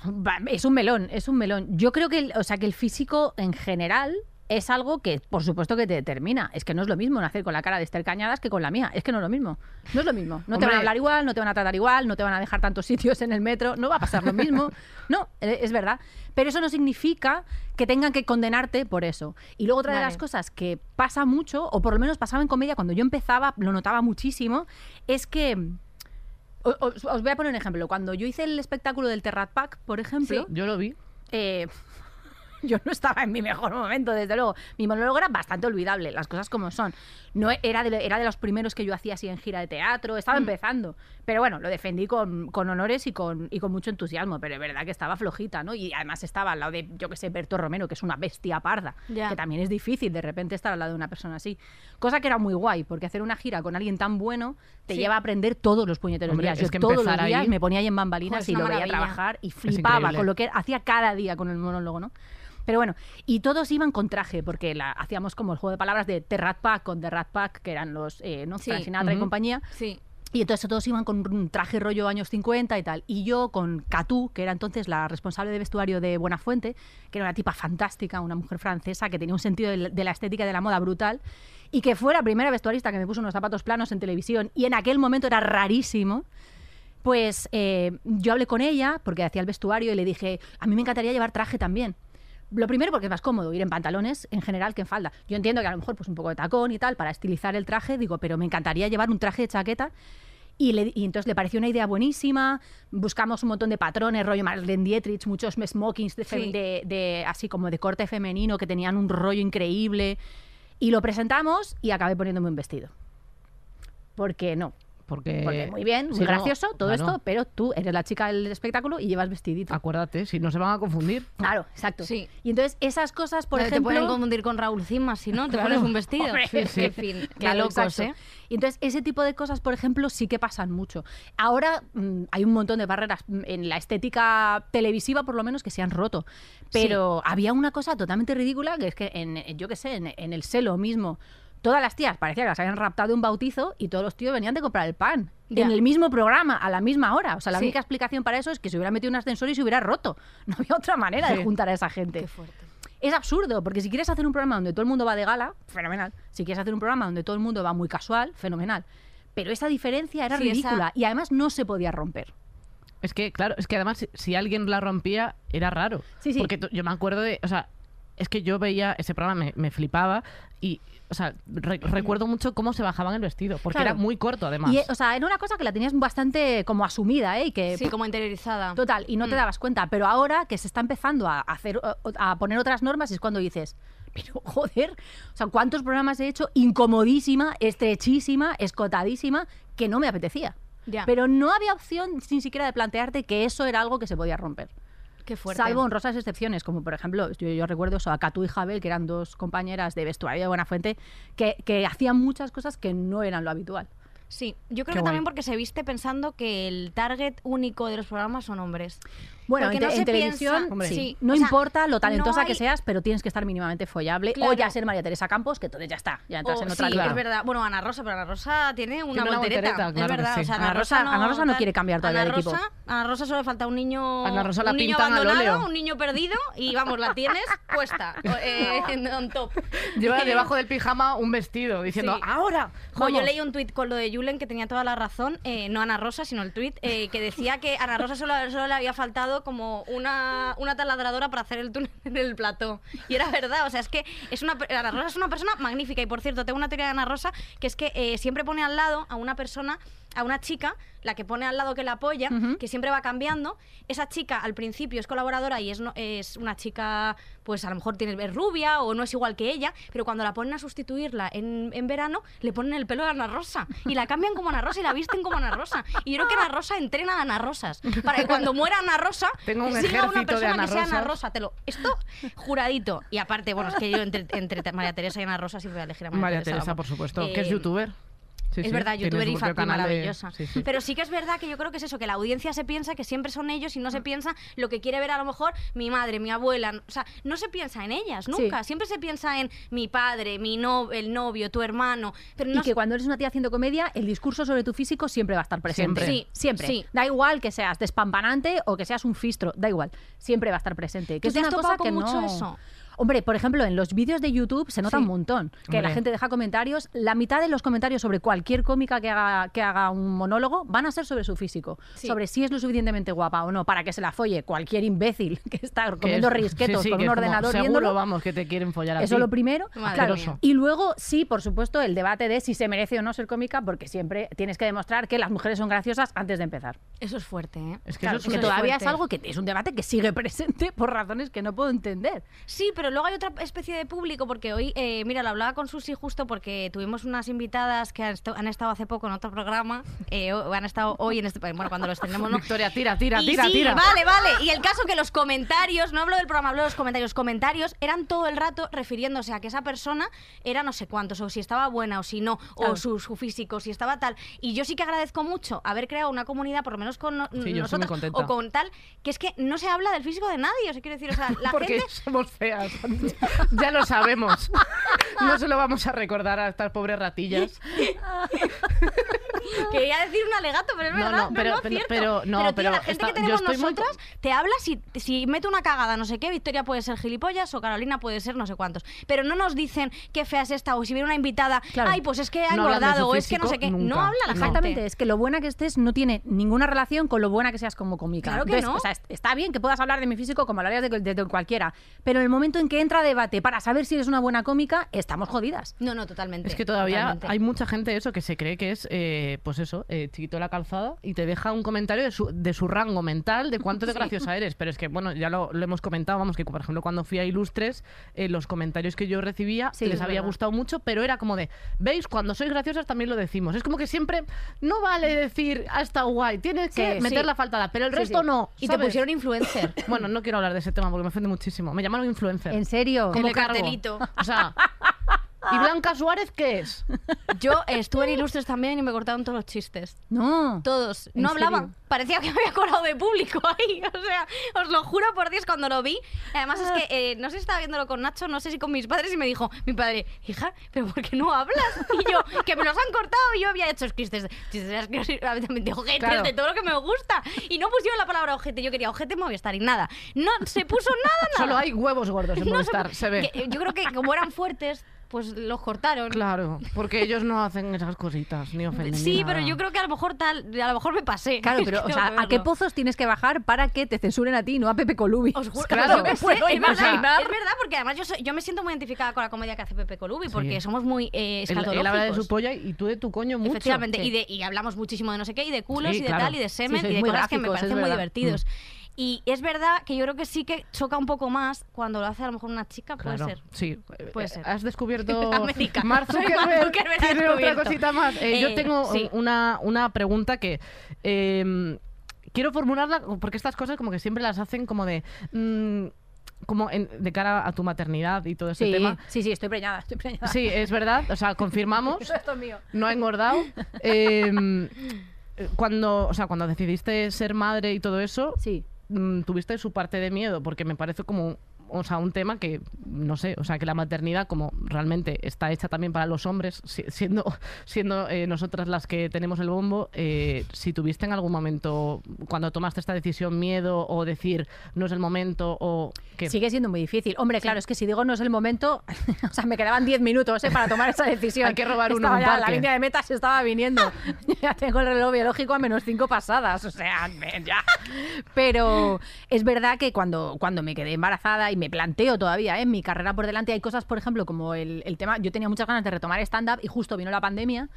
Speaker 4: Va, Es un melón, es un melón. Yo creo que el, o sea, que el físico en general es algo que, por supuesto, que te determina. Es que no es lo mismo nacer con la cara de Esther Cañadas que con la mía. Es que no es lo mismo. No es lo mismo. No te van
Speaker 3: Hombre.
Speaker 4: a hablar igual, no te van a tratar igual, no te van a dejar tantos sitios en el metro, no va a pasar lo mismo. No, eh, es verdad. Pero eso no significa que tengan que condenarte por eso. Y luego otra de
Speaker 2: Vale.
Speaker 4: las cosas que pasa mucho, o por lo menos pasaba en comedia cuando yo empezaba, lo notaba muchísimo, es que... o- Os, os voy a poner un ejemplo. Cuando yo hice el espectáculo del Terrat Pack, por ejemplo,
Speaker 3: Yo lo vi.
Speaker 4: eh, yo no estaba en mi mejor momento, desde luego. Mi monólogo era bastante olvidable, las cosas como son. No e- era de, era de los primeros que yo hacía así en gira de teatro,
Speaker 2: Mm.
Speaker 4: estaba empezando. Pero bueno, lo defendí con, con honores y con, y con mucho entusiasmo, pero es verdad que estaba flojita, ¿no? Y además estaba al lado de, yo que sé, Berto Romero, que es una bestia parda,
Speaker 2: Ya.
Speaker 4: que también es difícil de repente estar al lado de una persona así. Cosa que era muy guay, porque hacer una gira con alguien tan bueno te
Speaker 2: Sí.
Speaker 4: lleva a aprender todos los puñeteros
Speaker 3: Hombre,
Speaker 4: días.
Speaker 3: es
Speaker 4: Yo
Speaker 3: que
Speaker 4: todos los
Speaker 3: empezar
Speaker 4: días
Speaker 3: ahí-
Speaker 4: me ponía ahí en bambalinas
Speaker 2: Joder, es
Speaker 4: y
Speaker 2: una
Speaker 4: lo veía
Speaker 2: maravilla.
Speaker 4: trabajar y flipaba
Speaker 3: increíble.
Speaker 4: con lo que hacía cada día con el monólogo, ¿no? Pero bueno, y todos iban con traje, porque la, hacíamos como el juego de palabras de The Rat Pack con The Rat Pack, que eran los, eh, ¿no?
Speaker 2: Sí.
Speaker 4: Frank Sinatra y
Speaker 3: Ujú.
Speaker 4: compañía.
Speaker 2: Sí.
Speaker 4: Y entonces todos iban con un traje rollo años 50 y tal. Y yo con Catú, que era entonces la responsable de vestuario de Buenafuente, que era una tipa fantástica, una mujer francesa que tenía un sentido de la- de la estética y de la moda brutal, y que fue la primera vestuarista que me puso unos zapatos planos en televisión, y en aquel momento era rarísimo. Pues eh, yo hablé con ella porque hacía el vestuario y le dije, a mí me encantaría llevar traje también. Lo primero porque es más cómodo ir en pantalones en general que en falda. Yo entiendo que a lo mejor pues un poco de tacón y tal para estilizar el traje, digo, pero me encantaría llevar un traje de chaqueta. Y, le- y entonces le pareció una idea buenísima. Buscamos un montón de patrones, rollo Marlene Dietrich, muchos smokings de, fem-
Speaker 2: Sí.
Speaker 4: de- de- así como de corte femenino que tenían un rollo increíble. Y lo presentamos y acabé poniéndome un vestido. Porque no,
Speaker 3: Porque,
Speaker 4: porque muy bien, muy
Speaker 3: si no-
Speaker 4: gracioso todo
Speaker 3: claro,
Speaker 4: esto, pero tú eres la chica del espectáculo y llevas vestidito.
Speaker 3: Acuérdate, si no se van a confundir.
Speaker 4: Ah, Claro, exacto.
Speaker 2: Sí.
Speaker 4: Y entonces esas cosas, por
Speaker 2: Pero
Speaker 4: ejemplo...
Speaker 2: Te pueden confundir con Raúl Cimas, si no, te
Speaker 4: Claro.
Speaker 2: pones un vestido.
Speaker 4: Hombre,
Speaker 2: Sí, sí.
Speaker 4: sí.
Speaker 2: En fin, qué
Speaker 4: Claro,
Speaker 2: locos, ¿eh?
Speaker 4: exacto. Y entonces ese tipo de cosas, por ejemplo, sí que pasan mucho. Ahora mm, hay un montón de barreras mm, en la estética televisiva, por lo menos, que se han roto. Pero había una cosa totalmente ridícula, que es que, en, en- yo qué sé, en, en el celo mismo, todas las tías parecía que las habían raptado de un bautizo y todos los tíos venían de comprar el pan.
Speaker 2: Ya.
Speaker 4: En el mismo programa, a la misma hora. O sea, la
Speaker 2: Sí.
Speaker 4: única explicación para eso es que se hubiera metido un ascensor y se hubiera roto. No había otra manera de
Speaker 3: Sí.
Speaker 4: juntar a esa gente.
Speaker 2: Qué fuerte.
Speaker 4: Es absurdo, porque si quieres hacer un programa donde todo el mundo va de gala, fenomenal. Si quieres hacer un programa donde todo el mundo va muy casual, fenomenal. Pero esa diferencia era
Speaker 2: Sí, esa-
Speaker 4: ridícula y además no se podía romper.
Speaker 3: Es que, claro, es que además si- si alguien la rompía era raro.
Speaker 4: Sí, sí.
Speaker 3: Porque tú- yo me acuerdo de, o sea, es que yo veía ese programa, me, me flipaba y, o sea, re- recuerdo mucho cómo se bajaban el vestido, porque
Speaker 4: Claro.
Speaker 3: era muy corto además.
Speaker 4: Y, eh, o sea, era una cosa que la tenías bastante como asumida, ¿eh? Y que
Speaker 2: Sí, como Mm. interiorizada.
Speaker 4: Total, y no te dabas cuenta. Pero ahora que se está empezando a hacer a poner otras normas es cuando dices, pero joder, o sea, ¿cuántos programas he hecho? Incomodísima, estrechísima, escotadísima, que no me apetecía.
Speaker 2: Ya.
Speaker 4: Pero no había opción ni siquiera de plantearte que eso era algo que se podía romper.
Speaker 2: Qué fuerte.
Speaker 4: Salvo honrosas excepciones, como por ejemplo, yo, yo recuerdo eso, a Catu y Jabel, que eran dos compañeras de vestuario de Buenafuente, que, que hacían muchas cosas que no eran lo habitual.
Speaker 2: Sí, yo creo que
Speaker 3: Qué guay.
Speaker 2: también porque se viste pensando que el target único de los programas son hombres.
Speaker 4: Bueno,
Speaker 2: Porque
Speaker 4: en, te-
Speaker 2: no se
Speaker 4: en televisión,
Speaker 2: piensa- Hombre.
Speaker 4: sí,
Speaker 2: sí.
Speaker 4: no
Speaker 2: O sea,
Speaker 4: importa lo talentosa
Speaker 2: no hay-
Speaker 4: que seas, pero tienes que estar mínimamente follable
Speaker 2: Claro.
Speaker 4: o ya ser María Teresa Campos, que entonces ya está, ya entras
Speaker 2: O-
Speaker 4: en otra
Speaker 2: Oh, sí,
Speaker 4: liga.
Speaker 2: es verdad. Bueno, Ana Rosa, pero Ana Rosa tiene una
Speaker 3: Tiene
Speaker 2: voltereta.
Speaker 3: una voltereta,
Speaker 2: es
Speaker 3: claro que
Speaker 2: verdad.
Speaker 3: sí.
Speaker 2: o sea, Ana,
Speaker 4: Ana
Speaker 2: Rosa,
Speaker 4: Rosa- Ana Rosa no
Speaker 2: tal.
Speaker 4: quiere cambiar todavía
Speaker 2: Ana
Speaker 4: de equipo.
Speaker 2: Rosa- Ana Rosa solo le falta un niño.
Speaker 3: Ana Rosa la
Speaker 2: un niño
Speaker 3: pintan al
Speaker 2: abandonado,
Speaker 3: óleo.
Speaker 2: un niño perdido y vamos, la tienes puesta. o- eh, en- on top.
Speaker 3: Lleva debajo del pijama un vestido diciendo,
Speaker 2: Sí.
Speaker 3: ahora.
Speaker 2: Jo, yo
Speaker 3: vamos".
Speaker 2: leí un tuit con lo de Julen que tenía toda la razón, eh, no Ana Rosa, sino el tuit, eh, que decía que a Ana Rosa solo, solo le había faltado como una, una taladradora para hacer el túnel en el plató. Y era verdad, o sea, es que es una, per- Ana Rosa es una persona magnífica. Y por cierto, tengo una teoría de Ana Rosa, que es que eh, siempre pone al lado a una persona, a una chica, la que pone al lado que la apoya, que siempre va cambiando. Esa chica al principio es colaboradora y es, no- es una chica, pues a lo mejor tiene es rubia o no es igual que ella, pero cuando la ponen a sustituirla en, en verano, le ponen el pelo de Ana Rosa y la cambian como Ana Rosa y la visten como Ana Rosa. Y yo creo que Ana Rosa entrena a Ana Rosas para que cuando muera Ana Rosa,
Speaker 3: Tengo un
Speaker 2: siga
Speaker 3: ejército
Speaker 2: una
Speaker 3: de
Speaker 2: persona
Speaker 3: Ana
Speaker 2: que sea Ana
Speaker 3: Rosas.
Speaker 2: Rosa. Te lo, esto juradito. Y aparte, bueno, es que yo entre, entre María Teresa y Ana Rosa siempre voy a elegir a María,
Speaker 3: María Teresa,
Speaker 2: vamos.
Speaker 3: por supuesto, que es
Speaker 2: Eh,
Speaker 3: youtuber. Sí,
Speaker 2: es
Speaker 3: sí,
Speaker 2: verdad,
Speaker 3: tiene
Speaker 2: youtuber
Speaker 3: su
Speaker 2: y
Speaker 3: propio
Speaker 2: Fátima
Speaker 3: canal de-
Speaker 2: maravillosa.
Speaker 3: Sí, sí.
Speaker 2: Pero sí que es verdad que yo creo que es eso, que la audiencia se piensa que siempre son ellos y no
Speaker 3: Ah.
Speaker 2: se piensa lo que quiere ver a lo mejor mi madre, mi abuela. O sea, no se piensa en ellas nunca. Siempre se piensa en mi padre, mi no, el novio, tu hermano. Pero no
Speaker 4: Y que cuando eres una tía haciendo comedia, el discurso sobre tu físico siempre va a estar presente.
Speaker 3: Siempre.
Speaker 2: Sí,
Speaker 4: siempre.
Speaker 2: sí.
Speaker 4: Da igual que seas despampanante o que seas un fistro, da igual. Siempre va a estar presente.
Speaker 2: ¿Tú
Speaker 4: Que es
Speaker 2: te has
Speaker 4: una
Speaker 2: topado
Speaker 4: cosa que
Speaker 2: con mucho
Speaker 4: no-
Speaker 2: eso?
Speaker 4: Hombre, por ejemplo, en los vídeos de YouTube se nota
Speaker 2: Sí.
Speaker 4: un montón que la
Speaker 3: Hombre.
Speaker 4: gente deja comentarios. La mitad de los comentarios sobre cualquier cómica que haga, que haga un monólogo van a ser sobre su físico,
Speaker 2: Sí.
Speaker 4: sobre si es lo suficientemente guapa o no, para que se la folle cualquier imbécil que está
Speaker 3: Que
Speaker 4: comiendo
Speaker 3: es-
Speaker 4: risquetos
Speaker 3: sí, sí,
Speaker 4: con
Speaker 3: que
Speaker 4: un
Speaker 3: es como,
Speaker 4: ordenador
Speaker 3: Seguro,
Speaker 4: viéndolo.
Speaker 3: vamos, que te quieren follar a
Speaker 4: Eso
Speaker 3: ti".
Speaker 4: lo primero.
Speaker 2: Madre
Speaker 4: claro.
Speaker 2: mía.
Speaker 4: Y luego, sí, por supuesto, el debate de si se merece o no ser cómica, porque siempre tienes que demostrar que las mujeres son graciosas antes de empezar.
Speaker 2: Eso es fuerte, ¿eh?
Speaker 3: Es que
Speaker 4: Claro,
Speaker 3: eso
Speaker 4: que
Speaker 3: es
Speaker 2: una-
Speaker 4: todavía
Speaker 2: fuerte.
Speaker 4: es algo que es un debate que sigue presente por razones que no puedo entender.
Speaker 2: Sí, pero pero luego hay otra especie de público, porque hoy, eh, mira, lo hablaba con Susi justo porque tuvimos unas invitadas que han, est- han estado hace poco en otro programa, eh, o- han estado hoy en este bueno, cuando los tenemos, ¿no?
Speaker 3: Victoria, tira, tira,
Speaker 2: Y
Speaker 3: tira,
Speaker 2: sí,
Speaker 3: tira.
Speaker 2: vale, vale. Y el caso que los comentarios, no hablo del programa, hablo de los comentarios, comentarios eran todo el rato refiriéndose a que esa persona era no sé cuántos, o si estaba buena o si no, o
Speaker 4: Claro.
Speaker 2: su, su físico, si estaba tal. Y yo sí que agradezco mucho haber creado una comunidad, por lo menos con no-
Speaker 3: Sí, yo estoy muy
Speaker 2: nosotras,
Speaker 3: contenta.
Speaker 2: o con tal, que es que no se habla del físico de nadie, o sea, quiero decir, o sea, la
Speaker 3: Porque
Speaker 2: gente...
Speaker 3: somos feas. ya lo sabemos. No se lo vamos a recordar a estas pobres ratillas.
Speaker 2: Quería decir un alegato, pero es
Speaker 3: No,
Speaker 2: verdad.
Speaker 3: no, pero-
Speaker 2: es
Speaker 3: pero-
Speaker 2: cierto.
Speaker 3: pero- no,
Speaker 2: tío,
Speaker 3: pero
Speaker 2: la gente
Speaker 3: está-
Speaker 2: que
Speaker 3: yo
Speaker 2: tenemos
Speaker 3: estoy muy
Speaker 2: nosotras te habla si, si mete una cagada, no sé qué. Victoria puede ser gilipollas o Carolina puede ser no sé cuántos. Pero no nos dicen qué fea es esta o si viene una invitada,
Speaker 4: Claro.
Speaker 2: ay, pues es que ha
Speaker 3: No hablan de
Speaker 2: engordado
Speaker 3: su
Speaker 2: o es que no sé
Speaker 3: físico
Speaker 2: qué. No
Speaker 3: nunca.
Speaker 2: habla la
Speaker 4: Exactamente,
Speaker 2: gente.
Speaker 4: es que lo buena que estés no tiene ninguna relación con lo buena que seas como cómica.
Speaker 2: Claro que
Speaker 4: Entonces,
Speaker 2: no.
Speaker 4: o sea, est- está bien que puedas hablar de mi físico como hablarías de, de- de cualquiera, pero en el momento en que entra debate para saber si eres una buena cómica, estamos jodidas.
Speaker 2: No, no, totalmente.
Speaker 3: Es que todavía
Speaker 2: totalmente.
Speaker 3: hay mucha gente eso que se cree que es, eh, pues eso, eh, chiquito la calzada y te deja un comentario de su, de su rango mental, de cuánto de graciosa eres. Pero es que, bueno, ya lo, lo hemos comentado, vamos, que por ejemplo cuando fui a Ilustres, eh, los comentarios que yo recibía
Speaker 4: Sí,
Speaker 3: les
Speaker 4: es
Speaker 3: había
Speaker 4: verdad.
Speaker 3: gustado mucho, pero era como de, ¿veis? Cuando sois graciosas también lo decimos. Es como que siempre no vale decir, ha estado guay, tienes
Speaker 4: Sí,
Speaker 3: que
Speaker 4: sí.
Speaker 3: meter la faltada, pero el
Speaker 4: Sí,
Speaker 3: resto
Speaker 4: sí.
Speaker 3: no.
Speaker 2: Y te
Speaker 3: ¿sabes?
Speaker 2: pusieron influencer.
Speaker 3: Bueno, no quiero hablar de ese tema porque me ofende muchísimo. Me llamaron influencer.
Speaker 4: ¿En serio?
Speaker 2: Como
Speaker 3: Como cargo.
Speaker 2: cartelito.
Speaker 3: O sea. ¿Y Blanca Suárez qué es?
Speaker 2: Yo estuve en Ilustres también y me cortaron todos los chistes.
Speaker 4: No.
Speaker 2: Todos,
Speaker 4: ¿En
Speaker 2: no
Speaker 4: serio?
Speaker 2: hablaban. Parecía que me había colado de público ahí. O sea, os lo juro por Dios cuando lo vi. Además es
Speaker 4: Ah.
Speaker 2: que eh, no sé si estaba viéndolo con Nacho, no sé si con mis padres y me dijo, mi padre, hija, pero ¿por qué no hablas? Y yo, que me los han cortado y yo había hecho chistes, chistes absolutamente ojetes
Speaker 3: Claro.
Speaker 2: de todo lo que me gusta. Y no pusieron la palabra ojete, yo quería ojete estar y nada. No se puso nada, nada.
Speaker 3: Solo hay huevos gordos en
Speaker 2: No
Speaker 3: Movistar, se ve.
Speaker 2: que- yo creo que como eran fuertes, pues los cortaron.
Speaker 3: Claro, porque ellos no hacen esas cositas, ni ofenden.
Speaker 2: Sí, pero yo creo que a lo mejor tal, a lo mejor me pasé.
Speaker 4: Claro, pero o
Speaker 2: Tengo
Speaker 4: sea,
Speaker 2: que
Speaker 4: ¿a qué
Speaker 2: verlo.
Speaker 4: pozos tienes que bajar para que te censuren a ti, no a Pepe Colubi? pues,
Speaker 2: Os juro,
Speaker 3: Claro.
Speaker 2: yo qué sé,
Speaker 4: Bueno,
Speaker 2: es, verdad,
Speaker 3: imaginar.
Speaker 2: es verdad, porque además yo, soy- yo me siento muy identificada con la comedia que hace Pepe Colubi, porque
Speaker 3: Sí.
Speaker 2: somos muy eh,
Speaker 3: Él,
Speaker 2: escatológicos.
Speaker 3: él habla de su polla y tú de tu coño mucho.
Speaker 2: Efectivamente,
Speaker 3: Sí.
Speaker 2: y, de- y hablamos muchísimo de no sé qué, y de culos,
Speaker 3: Sí,
Speaker 2: y de
Speaker 3: claro.
Speaker 2: tal, y de semen,
Speaker 3: Sí, sois
Speaker 2: y de
Speaker 3: muy
Speaker 2: cosas que me
Speaker 3: gráficos, es
Speaker 2: parecen muy
Speaker 3: verdad. Mm.
Speaker 2: divertidos. Y es verdad que yo creo que sí que choca un poco más cuando lo hace a lo mejor una chica, puede
Speaker 3: Claro,
Speaker 2: ser.
Speaker 3: Sí,
Speaker 2: Puede ser.
Speaker 3: Has descubierto.
Speaker 2: América.
Speaker 3: Mark
Speaker 2: Soy Mark
Speaker 3: Zuckerberg
Speaker 2: Zuckerberg
Speaker 3: tiene
Speaker 2: descubierto.
Speaker 3: otra cosita más. Eh,
Speaker 2: Eh,
Speaker 3: yo tengo
Speaker 2: sí.
Speaker 3: una, una pregunta que. eh, quiero formularla porque estas cosas, como que siempre las hacen como de. mm, como en- de cara a tu maternidad y todo ese
Speaker 4: Sí,
Speaker 3: tema.
Speaker 4: sí, sí, estoy preñada, estoy preñada.
Speaker 3: Sí, es verdad. O sea, confirmamos.
Speaker 4: Esto es mío.
Speaker 3: no ha engordado. Eh, cuando, o sea, cuando decidiste ser madre y todo eso,
Speaker 4: Sí.
Speaker 3: mm, tuviste su parte de miedo, porque me parece como o sea, un tema que, no sé, o sea, que la maternidad, como realmente está hecha también para los hombres, si- siendo, siendo eh, nosotras las que tenemos el bombo, eh, si tuviste en algún momento, cuando tomaste esta decisión, miedo o decir no es el momento o que...
Speaker 4: Sigue siendo muy difícil. Hombre, claro, es que si digo no es el momento, o sea, me quedaban 10 minutos ¿eh? para tomar esa decisión.
Speaker 3: Hay que robar uno
Speaker 4: Estaba
Speaker 3: en un
Speaker 4: ya, La
Speaker 3: parque.
Speaker 4: línea de meta se estaba viniendo. ya tengo el reloj biológico a menos 5 pasadas, o sea, me- ya. Pero es verdad que cuando, cuando me quedé embarazada y me planteo todavía ¿eh? en mi carrera por delante, hay cosas, por ejemplo, como el, el tema, yo tenía muchas ganas de retomar stand-up y justo vino la pandemia.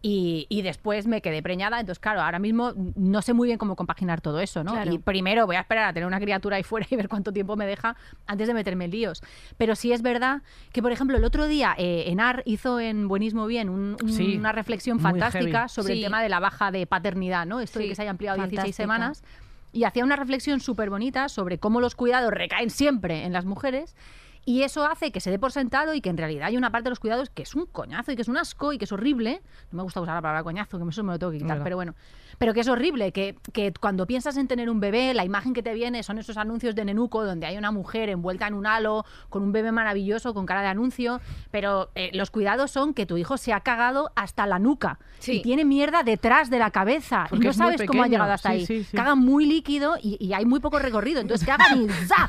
Speaker 4: Y, y después me quedé preñada, entonces claro, ahora mismo no sé muy bien cómo compaginar todo eso, ¿no?
Speaker 2: Claro.
Speaker 4: Y primero voy a esperar a tener una criatura ahí fuera y ver cuánto tiempo me deja antes de meterme en líos. Pero sí es verdad que, por ejemplo, el otro día eh, Enar hizo en Buenismo Bien un- un-
Speaker 3: Sí,
Speaker 4: una reflexión
Speaker 3: muy
Speaker 4: fantástica
Speaker 3: heavy.
Speaker 4: sobre
Speaker 2: Sí.
Speaker 4: el tema de la baja de paternidad, ¿no? Esto
Speaker 2: Sí,
Speaker 4: de que se haya ampliado
Speaker 2: fantástica.
Speaker 4: 16 semanas. Y hacía una reflexión súper bonita sobre cómo los cuidados recaen siempre en las mujeres. Y eso hace que se dé por sentado y que en realidad hay una parte de los cuidados que es un coñazo y que es un asco y que es horrible. No me gusta usar la palabra coñazo, que eso me lo tengo que quitar,
Speaker 3: Verdad.
Speaker 4: pero bueno. Pero que es horrible, que, que cuando piensas en tener un bebé, la imagen que te viene son esos anuncios de Nenuco donde hay una mujer envuelta en un halo, con un bebé maravilloso, con cara de anuncio. Pero eh, los cuidados son que tu hijo se ha cagado hasta la nuca
Speaker 2: Sí.
Speaker 4: y tiene mierda detrás de la cabeza.
Speaker 3: Porque
Speaker 4: y no
Speaker 3: es muy
Speaker 4: sabes cómo ha
Speaker 3: pequeño,
Speaker 4: llegado hasta
Speaker 3: sí,
Speaker 4: ahí.
Speaker 3: sí, sí.
Speaker 4: Caga muy líquido y, y hay muy poco recorrido. Entonces cagan y ¡za!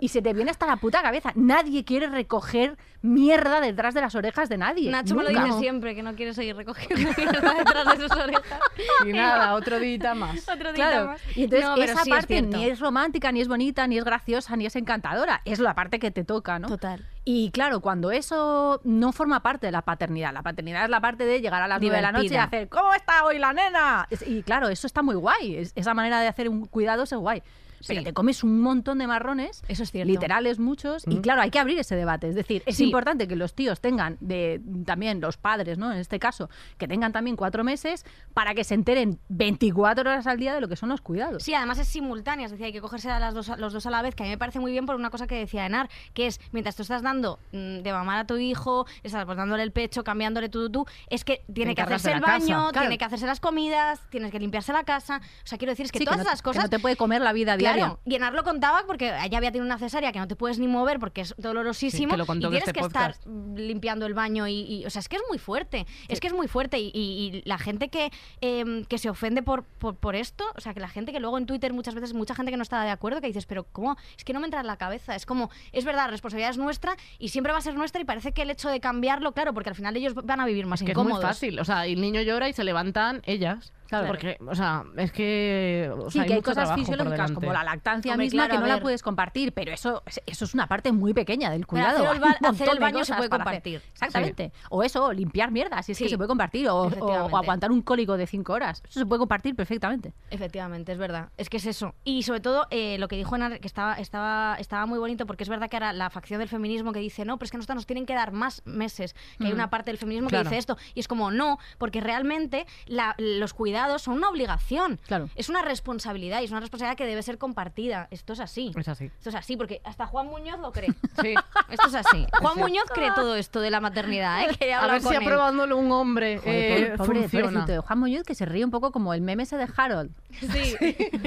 Speaker 4: Y se te viene hasta la puta cabeza. Nadie quiere recoger mierda detrás de las orejas de nadie.
Speaker 2: Nacho me lo
Speaker 4: Nunca.
Speaker 2: dice siempre, que no quiere seguir recogiendo mierda detrás de sus orejas.
Speaker 3: Y nada, otro día más.
Speaker 2: Otro día
Speaker 4: Claro.
Speaker 2: más.
Speaker 4: Y entonces
Speaker 2: No, pero
Speaker 4: esa
Speaker 2: sí es
Speaker 4: parte
Speaker 2: cierto.
Speaker 4: ni es romántica, ni es bonita, ni es graciosa, ni es encantadora. Es la parte que te toca, ¿no?
Speaker 2: Total.
Speaker 4: Y claro, cuando eso no forma parte de la paternidad, la paternidad es la parte de llegar a las nueve de la noche y
Speaker 2: Divertida.
Speaker 4: hacer, ¿cómo está hoy la nena? Es- Y claro, eso está muy guay, es- esa manera de hacer un cuidado es guay. pero
Speaker 2: Sí.
Speaker 4: te comes un montón de marrones.
Speaker 2: Eso es cierto.
Speaker 4: Literales muchos, y
Speaker 3: Mm.
Speaker 4: claro, hay que abrir ese debate. Es decir, es
Speaker 2: Sí.
Speaker 4: importante que los tíos tengan, de, también los padres, ¿no? En este caso, que tengan también cuatro meses para que se enteren 24 horas al día de lo que son los cuidados.
Speaker 2: Sí, además es simultánea, es decir, hay que cogerse a las dos, los dos a la vez, que a mí me parece muy bien por una cosa que decía Enar, que es mientras tú estás dando mm, de mamar a tu hijo, estás pues, dándole el pecho, cambiándole tú, tú, tú, es que tiene que
Speaker 3: encargas de
Speaker 2: hacerse el
Speaker 3: la casa.
Speaker 2: baño,
Speaker 3: Claro.
Speaker 2: tiene que hacerse las comidas, tienes que limpiarse la casa. O sea, quiero decir, es que
Speaker 4: Sí,
Speaker 2: todas
Speaker 4: no-
Speaker 2: esas cosas.
Speaker 4: no te puede comer la vida diaria.
Speaker 2: Claro, y Enar lo contaba porque ella había tenido una cesárea que no te puedes ni mover porque es dolorosísimo
Speaker 3: Sí, que lo contó
Speaker 2: y
Speaker 3: en
Speaker 2: tienes
Speaker 3: este
Speaker 2: que
Speaker 3: podcast.
Speaker 2: estar mm, limpiando el baño y, y- o sea, es que es muy fuerte, es que es muy fuerte y, y- y la gente que, em, que se ofende por, por, por esto, o sea, que la gente que luego en Twitter muchas veces, mucha gente que no está de acuerdo, que dices, pero ¿cómo? Es que no me entra en la cabeza, es como, es verdad, la responsabilidad es nuestra y siempre va a ser nuestra y parece que el hecho de cambiarlo, claro, porque al final ellos van a vivir más
Speaker 3: que es muy
Speaker 2: incómodos.
Speaker 3: fácil. O sea, y el niño llora y se levantan ellas.
Speaker 4: Claro.
Speaker 3: Porque, o sea, es que. o
Speaker 4: Sí,
Speaker 3: sea,
Speaker 4: que hay
Speaker 3: mucho
Speaker 4: cosas
Speaker 3: trabajo por
Speaker 4: fisiológicas como la
Speaker 3: delante.
Speaker 4: lactancia
Speaker 2: Hombre,
Speaker 4: misma
Speaker 2: claro,
Speaker 4: que
Speaker 2: a
Speaker 4: no la
Speaker 2: ver.
Speaker 4: puedes compartir, pero eso, eso es una parte muy pequeña del
Speaker 2: Pero
Speaker 4: cuidado.
Speaker 2: hacer el
Speaker 4: Hay
Speaker 2: ba- hacer
Speaker 4: un
Speaker 2: el
Speaker 4: montón de
Speaker 2: baño se
Speaker 4: cosas
Speaker 2: puede
Speaker 4: para hacer.
Speaker 2: compartir.
Speaker 4: Exactamente. O eso, o limpiar mierda, si es que
Speaker 2: Sí,
Speaker 4: se puede compartir, o, o-
Speaker 2: efectivamente.
Speaker 4: o aguantar un cólico de cinco horas. Eso se puede compartir perfectamente.
Speaker 2: Efectivamente, es verdad. Es que es eso. Y sobre todo eh, lo que dijo Enar, que estaba, estaba, estaba muy bonito, porque es verdad que ahora la facción del feminismo que dice, no, pero es que nosotros nos tienen que dar más meses, que hay una parte del feminismo
Speaker 3: Claro.
Speaker 2: que dice esto. Y es como, no, porque realmente la- los cuidados son una obligación.
Speaker 4: Claro.
Speaker 2: Es una responsabilidad y es una responsabilidad que debe ser compartida. Esto es así.
Speaker 3: Es así.
Speaker 2: Esto es así, porque hasta Juan Muñoz lo cree.
Speaker 3: Sí.
Speaker 2: Esto es así. Juan
Speaker 3: Sí.
Speaker 2: Muñoz cree todo esto de la maternidad, ¿eh? que he
Speaker 3: A
Speaker 2: hablado
Speaker 3: ver si
Speaker 2: con él.
Speaker 3: aprobándolo un hombre
Speaker 4: Joder,
Speaker 3: eh,
Speaker 4: pobre,
Speaker 3: funciona.
Speaker 4: pobrecito de Juan Muñoz que se ríe un poco como el meme ese de Harold,
Speaker 2: Sí.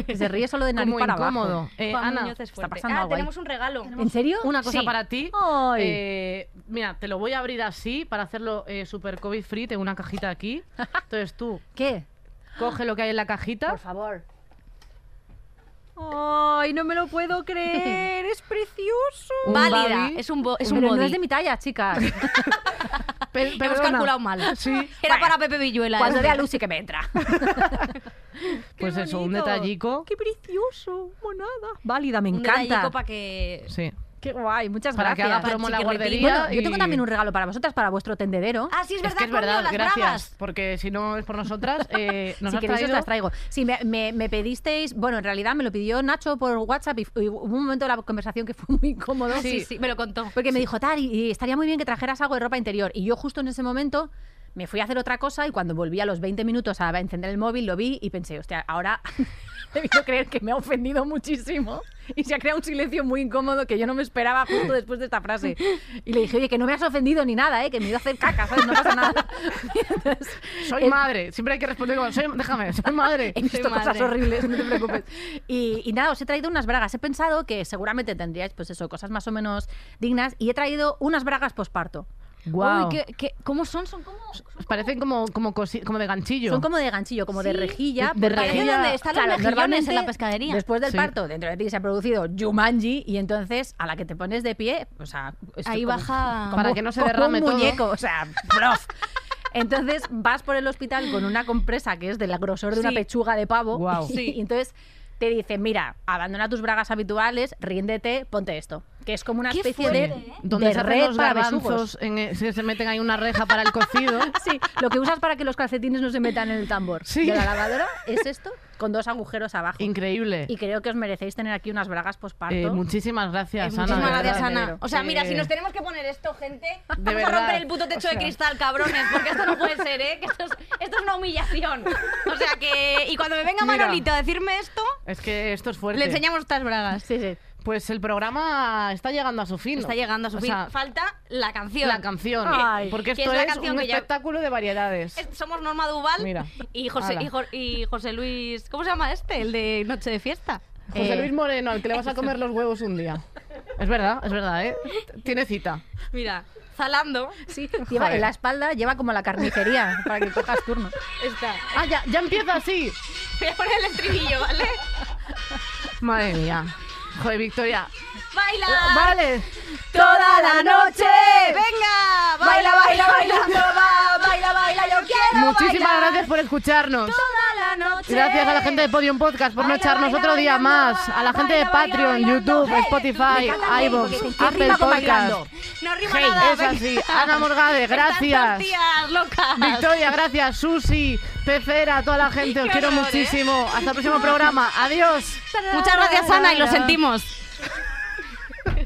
Speaker 4: que se ríe solo de nariz
Speaker 3: Como
Speaker 4: para abajo.
Speaker 3: incómodo. Eh,
Speaker 2: Juan
Speaker 3: Ana,
Speaker 2: Muñoz es
Speaker 4: está
Speaker 2: fuerte.
Speaker 4: pasando
Speaker 2: ah,
Speaker 4: algo ahí.
Speaker 2: tenemos un regalo.
Speaker 4: ¿En serio?
Speaker 3: Una cosa
Speaker 2: Sí.
Speaker 3: para ti.
Speaker 4: Ay.
Speaker 3: Eh, mira, te lo voy a abrir así para hacerlo eh, super COVID free. Tengo una cajita aquí. Entonces tú
Speaker 4: ¿Qué?
Speaker 3: coge lo que hay en la cajita.
Speaker 4: favor. Ay, no me lo puedo creer, es precioso.
Speaker 3: Un
Speaker 2: Válida.
Speaker 3: babi.
Speaker 2: Es un, bo- es un
Speaker 4: Pero no
Speaker 2: body.
Speaker 4: es de mi talla, chicas.
Speaker 3: Pe-
Speaker 2: Hemos
Speaker 3: perdona.
Speaker 2: calculado mal.
Speaker 3: Sí.
Speaker 2: Era
Speaker 4: Bueno,
Speaker 2: para Pepe Villuela.
Speaker 4: Cuando
Speaker 2: eso.
Speaker 4: vea luz sí que me entra.
Speaker 3: Pues eso, un
Speaker 4: bonito.
Speaker 3: detallico.
Speaker 4: ¡Qué precioso! ¡Monada! Válida, me
Speaker 2: Un
Speaker 4: encanta.
Speaker 2: detallico para que...
Speaker 3: Sí.
Speaker 4: ¡Qué guay! Muchas
Speaker 3: Para que
Speaker 4: gracias.
Speaker 3: haga promo
Speaker 2: Para
Speaker 3: la
Speaker 2: chiquirritín.
Speaker 3: guardería.
Speaker 4: bueno, yo tengo
Speaker 3: y-
Speaker 4: también un regalo para vosotras, para vuestro tendedero.
Speaker 2: Ah, sí, es
Speaker 3: Es
Speaker 2: verdad,
Speaker 3: que es
Speaker 2: coño,
Speaker 3: verdad,
Speaker 2: las
Speaker 3: gracias.
Speaker 2: bragas.
Speaker 3: Porque si no es por nosotras, eh, nos
Speaker 4: si
Speaker 3: has
Speaker 4: queréis os
Speaker 3: traído-
Speaker 4: las traigo. Sí, me, me- me pedisteis, bueno, en realidad me lo pidió Nacho por WhatsApp y, y hubo un momento de la conversación que fue muy incómodo.
Speaker 2: Sí, sí, me lo contó.
Speaker 4: Porque me dijo, tal, y, y estaría muy bien que trajeras algo de ropa interior. Y yo justo en ese momento me fui a hacer otra cosa y cuando volví a los 20 minutos a encender el móvil lo vi y pensé, hostia, ahora debido creer que me ha ofendido muchísimo. Y se ha creado un silencio muy incómodo que yo no me esperaba justo después de esta frase. Y le dije, oye, que no me has ofendido ni nada, ¿eh? que me he ido a hacer caca, ¿sabes? No pasa nada. Entonces,
Speaker 3: Soy
Speaker 4: el-
Speaker 3: madre. Siempre hay que responder como, soy- déjame, soy madre.
Speaker 4: He visto
Speaker 2: Soy
Speaker 4: cosas
Speaker 2: madre.
Speaker 4: horribles, no te preocupes. Y, y nada, os he traído unas bragas. He pensado que seguramente tendríais, pues eso, cosas más o menos dignas. Y he traído unas bragas posparto.
Speaker 3: Guau.
Speaker 2: Uy, ¿qué- qué- ¿Cómo son? Son como...
Speaker 3: Parecen como, como, cosi- como de ganchillo.
Speaker 4: Son como de ganchillo, como de
Speaker 2: Sí,
Speaker 4: rejilla.
Speaker 3: de
Speaker 4: porque-
Speaker 3: Parecen rejilla.
Speaker 2: donde están los mejillones
Speaker 4: normalmente,
Speaker 2: en la pescadería.
Speaker 4: Después del
Speaker 3: Sí.
Speaker 4: parto, dentro de ti se ha producido Jumanji y entonces a la que te pones de pie, o sea, esto
Speaker 2: Ahí
Speaker 4: como-
Speaker 2: baja-
Speaker 4: como-
Speaker 3: Para que no se
Speaker 4: como
Speaker 3: derrame
Speaker 4: un
Speaker 3: todo.
Speaker 4: muñeco, o sea, prof. Entonces vas por el hospital con una compresa que es del grosor de una
Speaker 2: Sí.
Speaker 4: pechuga de pavo
Speaker 3: Guau.
Speaker 4: y,
Speaker 2: Sí.
Speaker 4: y entonces te dicen, mira, abandona tus bragas habituales, ríndete, ponte esto, que es como una
Speaker 2: Qué
Speaker 4: especie
Speaker 2: fuerte,
Speaker 4: de,
Speaker 2: ¿eh?
Speaker 3: donde
Speaker 4: de
Speaker 3: se hacen
Speaker 4: red
Speaker 3: los
Speaker 4: para besugos.
Speaker 3: garbanzos, en, eh, se, se meten ahí una reja para el cocido.
Speaker 4: Sí, lo que usas para que los calcetines no se metan en el tambor
Speaker 3: Sí.
Speaker 4: de la lavadora es esto, con dos agujeros abajo.
Speaker 3: Increíble.
Speaker 4: y creo que os merecéis tener aquí unas bragas posparto.
Speaker 3: Eh, muchísimas gracias, Ana.
Speaker 2: Muchísimas
Speaker 3: de verdad.
Speaker 2: gracias,
Speaker 4: verdad.
Speaker 2: Ana. O sea, mira,
Speaker 3: Eh,
Speaker 2: si nos tenemos que poner esto, gente, vamos
Speaker 3: verdad.
Speaker 2: a romper el puto techo
Speaker 3: O sea.
Speaker 2: de cristal, cabrones, porque esto no puede ser, ¿eh? Que esto, es, esto es una humillación. O sea que... Y cuando me venga
Speaker 3: Mira.
Speaker 2: Manolito a decirme esto,
Speaker 3: Es que esto es fuerte.
Speaker 2: le enseñamos estas bragas.
Speaker 4: Sí, sí.
Speaker 3: Pues el programa está llegando a su fin.
Speaker 2: Está llegando a su
Speaker 3: O
Speaker 2: fin.
Speaker 3: sea,
Speaker 2: Falta la canción.
Speaker 3: la canción.
Speaker 4: Ay.
Speaker 3: porque
Speaker 2: Que
Speaker 3: esto
Speaker 2: es la
Speaker 3: es,
Speaker 2: canción
Speaker 3: un
Speaker 2: que ya-
Speaker 3: espectáculo de variedades.
Speaker 2: Es- Somos Norma Duval
Speaker 3: Mira.
Speaker 2: y José,
Speaker 3: Ala.
Speaker 2: y, Jo- y José Luis. ¿Cómo se llama este? El de Noche de Fiesta.
Speaker 3: José
Speaker 4: Eh,
Speaker 3: Luis Moreno, al que le vas a comer los huevos un día. Es verdad, es verdad, ¿eh? Tiene cita.
Speaker 2: Mira, Zalando.
Speaker 4: Sí, lleva,
Speaker 3: Joder.
Speaker 4: en la espalda lleva como la carnicería para que cojas turno.
Speaker 2: Está.
Speaker 3: Ah, ya, ya empieza así.
Speaker 2: Voy a poner el estribillo, ¿vale?
Speaker 3: Madre mía. Joder, Victoria.
Speaker 2: ¡Baila!
Speaker 3: Vale.
Speaker 4: Toda la noche.
Speaker 2: ¡Venga! ¡Baila, baila, baila! ¡Baila, baila! ¡Yo quiero
Speaker 3: Muchísimas
Speaker 2: bailar
Speaker 3: gracias por escucharnos.
Speaker 2: toda la la noche.
Speaker 3: Gracias a la gente de Podium Podcast por no
Speaker 2: Baila,
Speaker 3: echarnos
Speaker 2: baila,
Speaker 3: otro día
Speaker 2: bailando,
Speaker 3: más. A la gente de
Speaker 2: baila, baila,
Speaker 3: Patreon,
Speaker 2: bailando.
Speaker 3: YouTube,
Speaker 2: Hey,
Speaker 3: Spotify,
Speaker 2: tú, me encanta,
Speaker 3: iVoox,
Speaker 2: porque te-
Speaker 3: Apple
Speaker 4: rima con
Speaker 3: Podcast.
Speaker 4: bailando.
Speaker 2: No rima
Speaker 3: Hey,
Speaker 2: nada.
Speaker 3: es
Speaker 2: venga.
Speaker 3: así. Ana Morgade,
Speaker 2: Tantas
Speaker 3: gracias.
Speaker 2: tías locas.
Speaker 3: Victoria, gracias. Susi, Pecera, toda la gente. Os
Speaker 2: Qué
Speaker 3: quiero
Speaker 2: horror, ¿eh?
Speaker 3: muchísimo. Hasta el próximo programa. Adiós.
Speaker 2: Muchas gracias, Ana, y lo sentimos.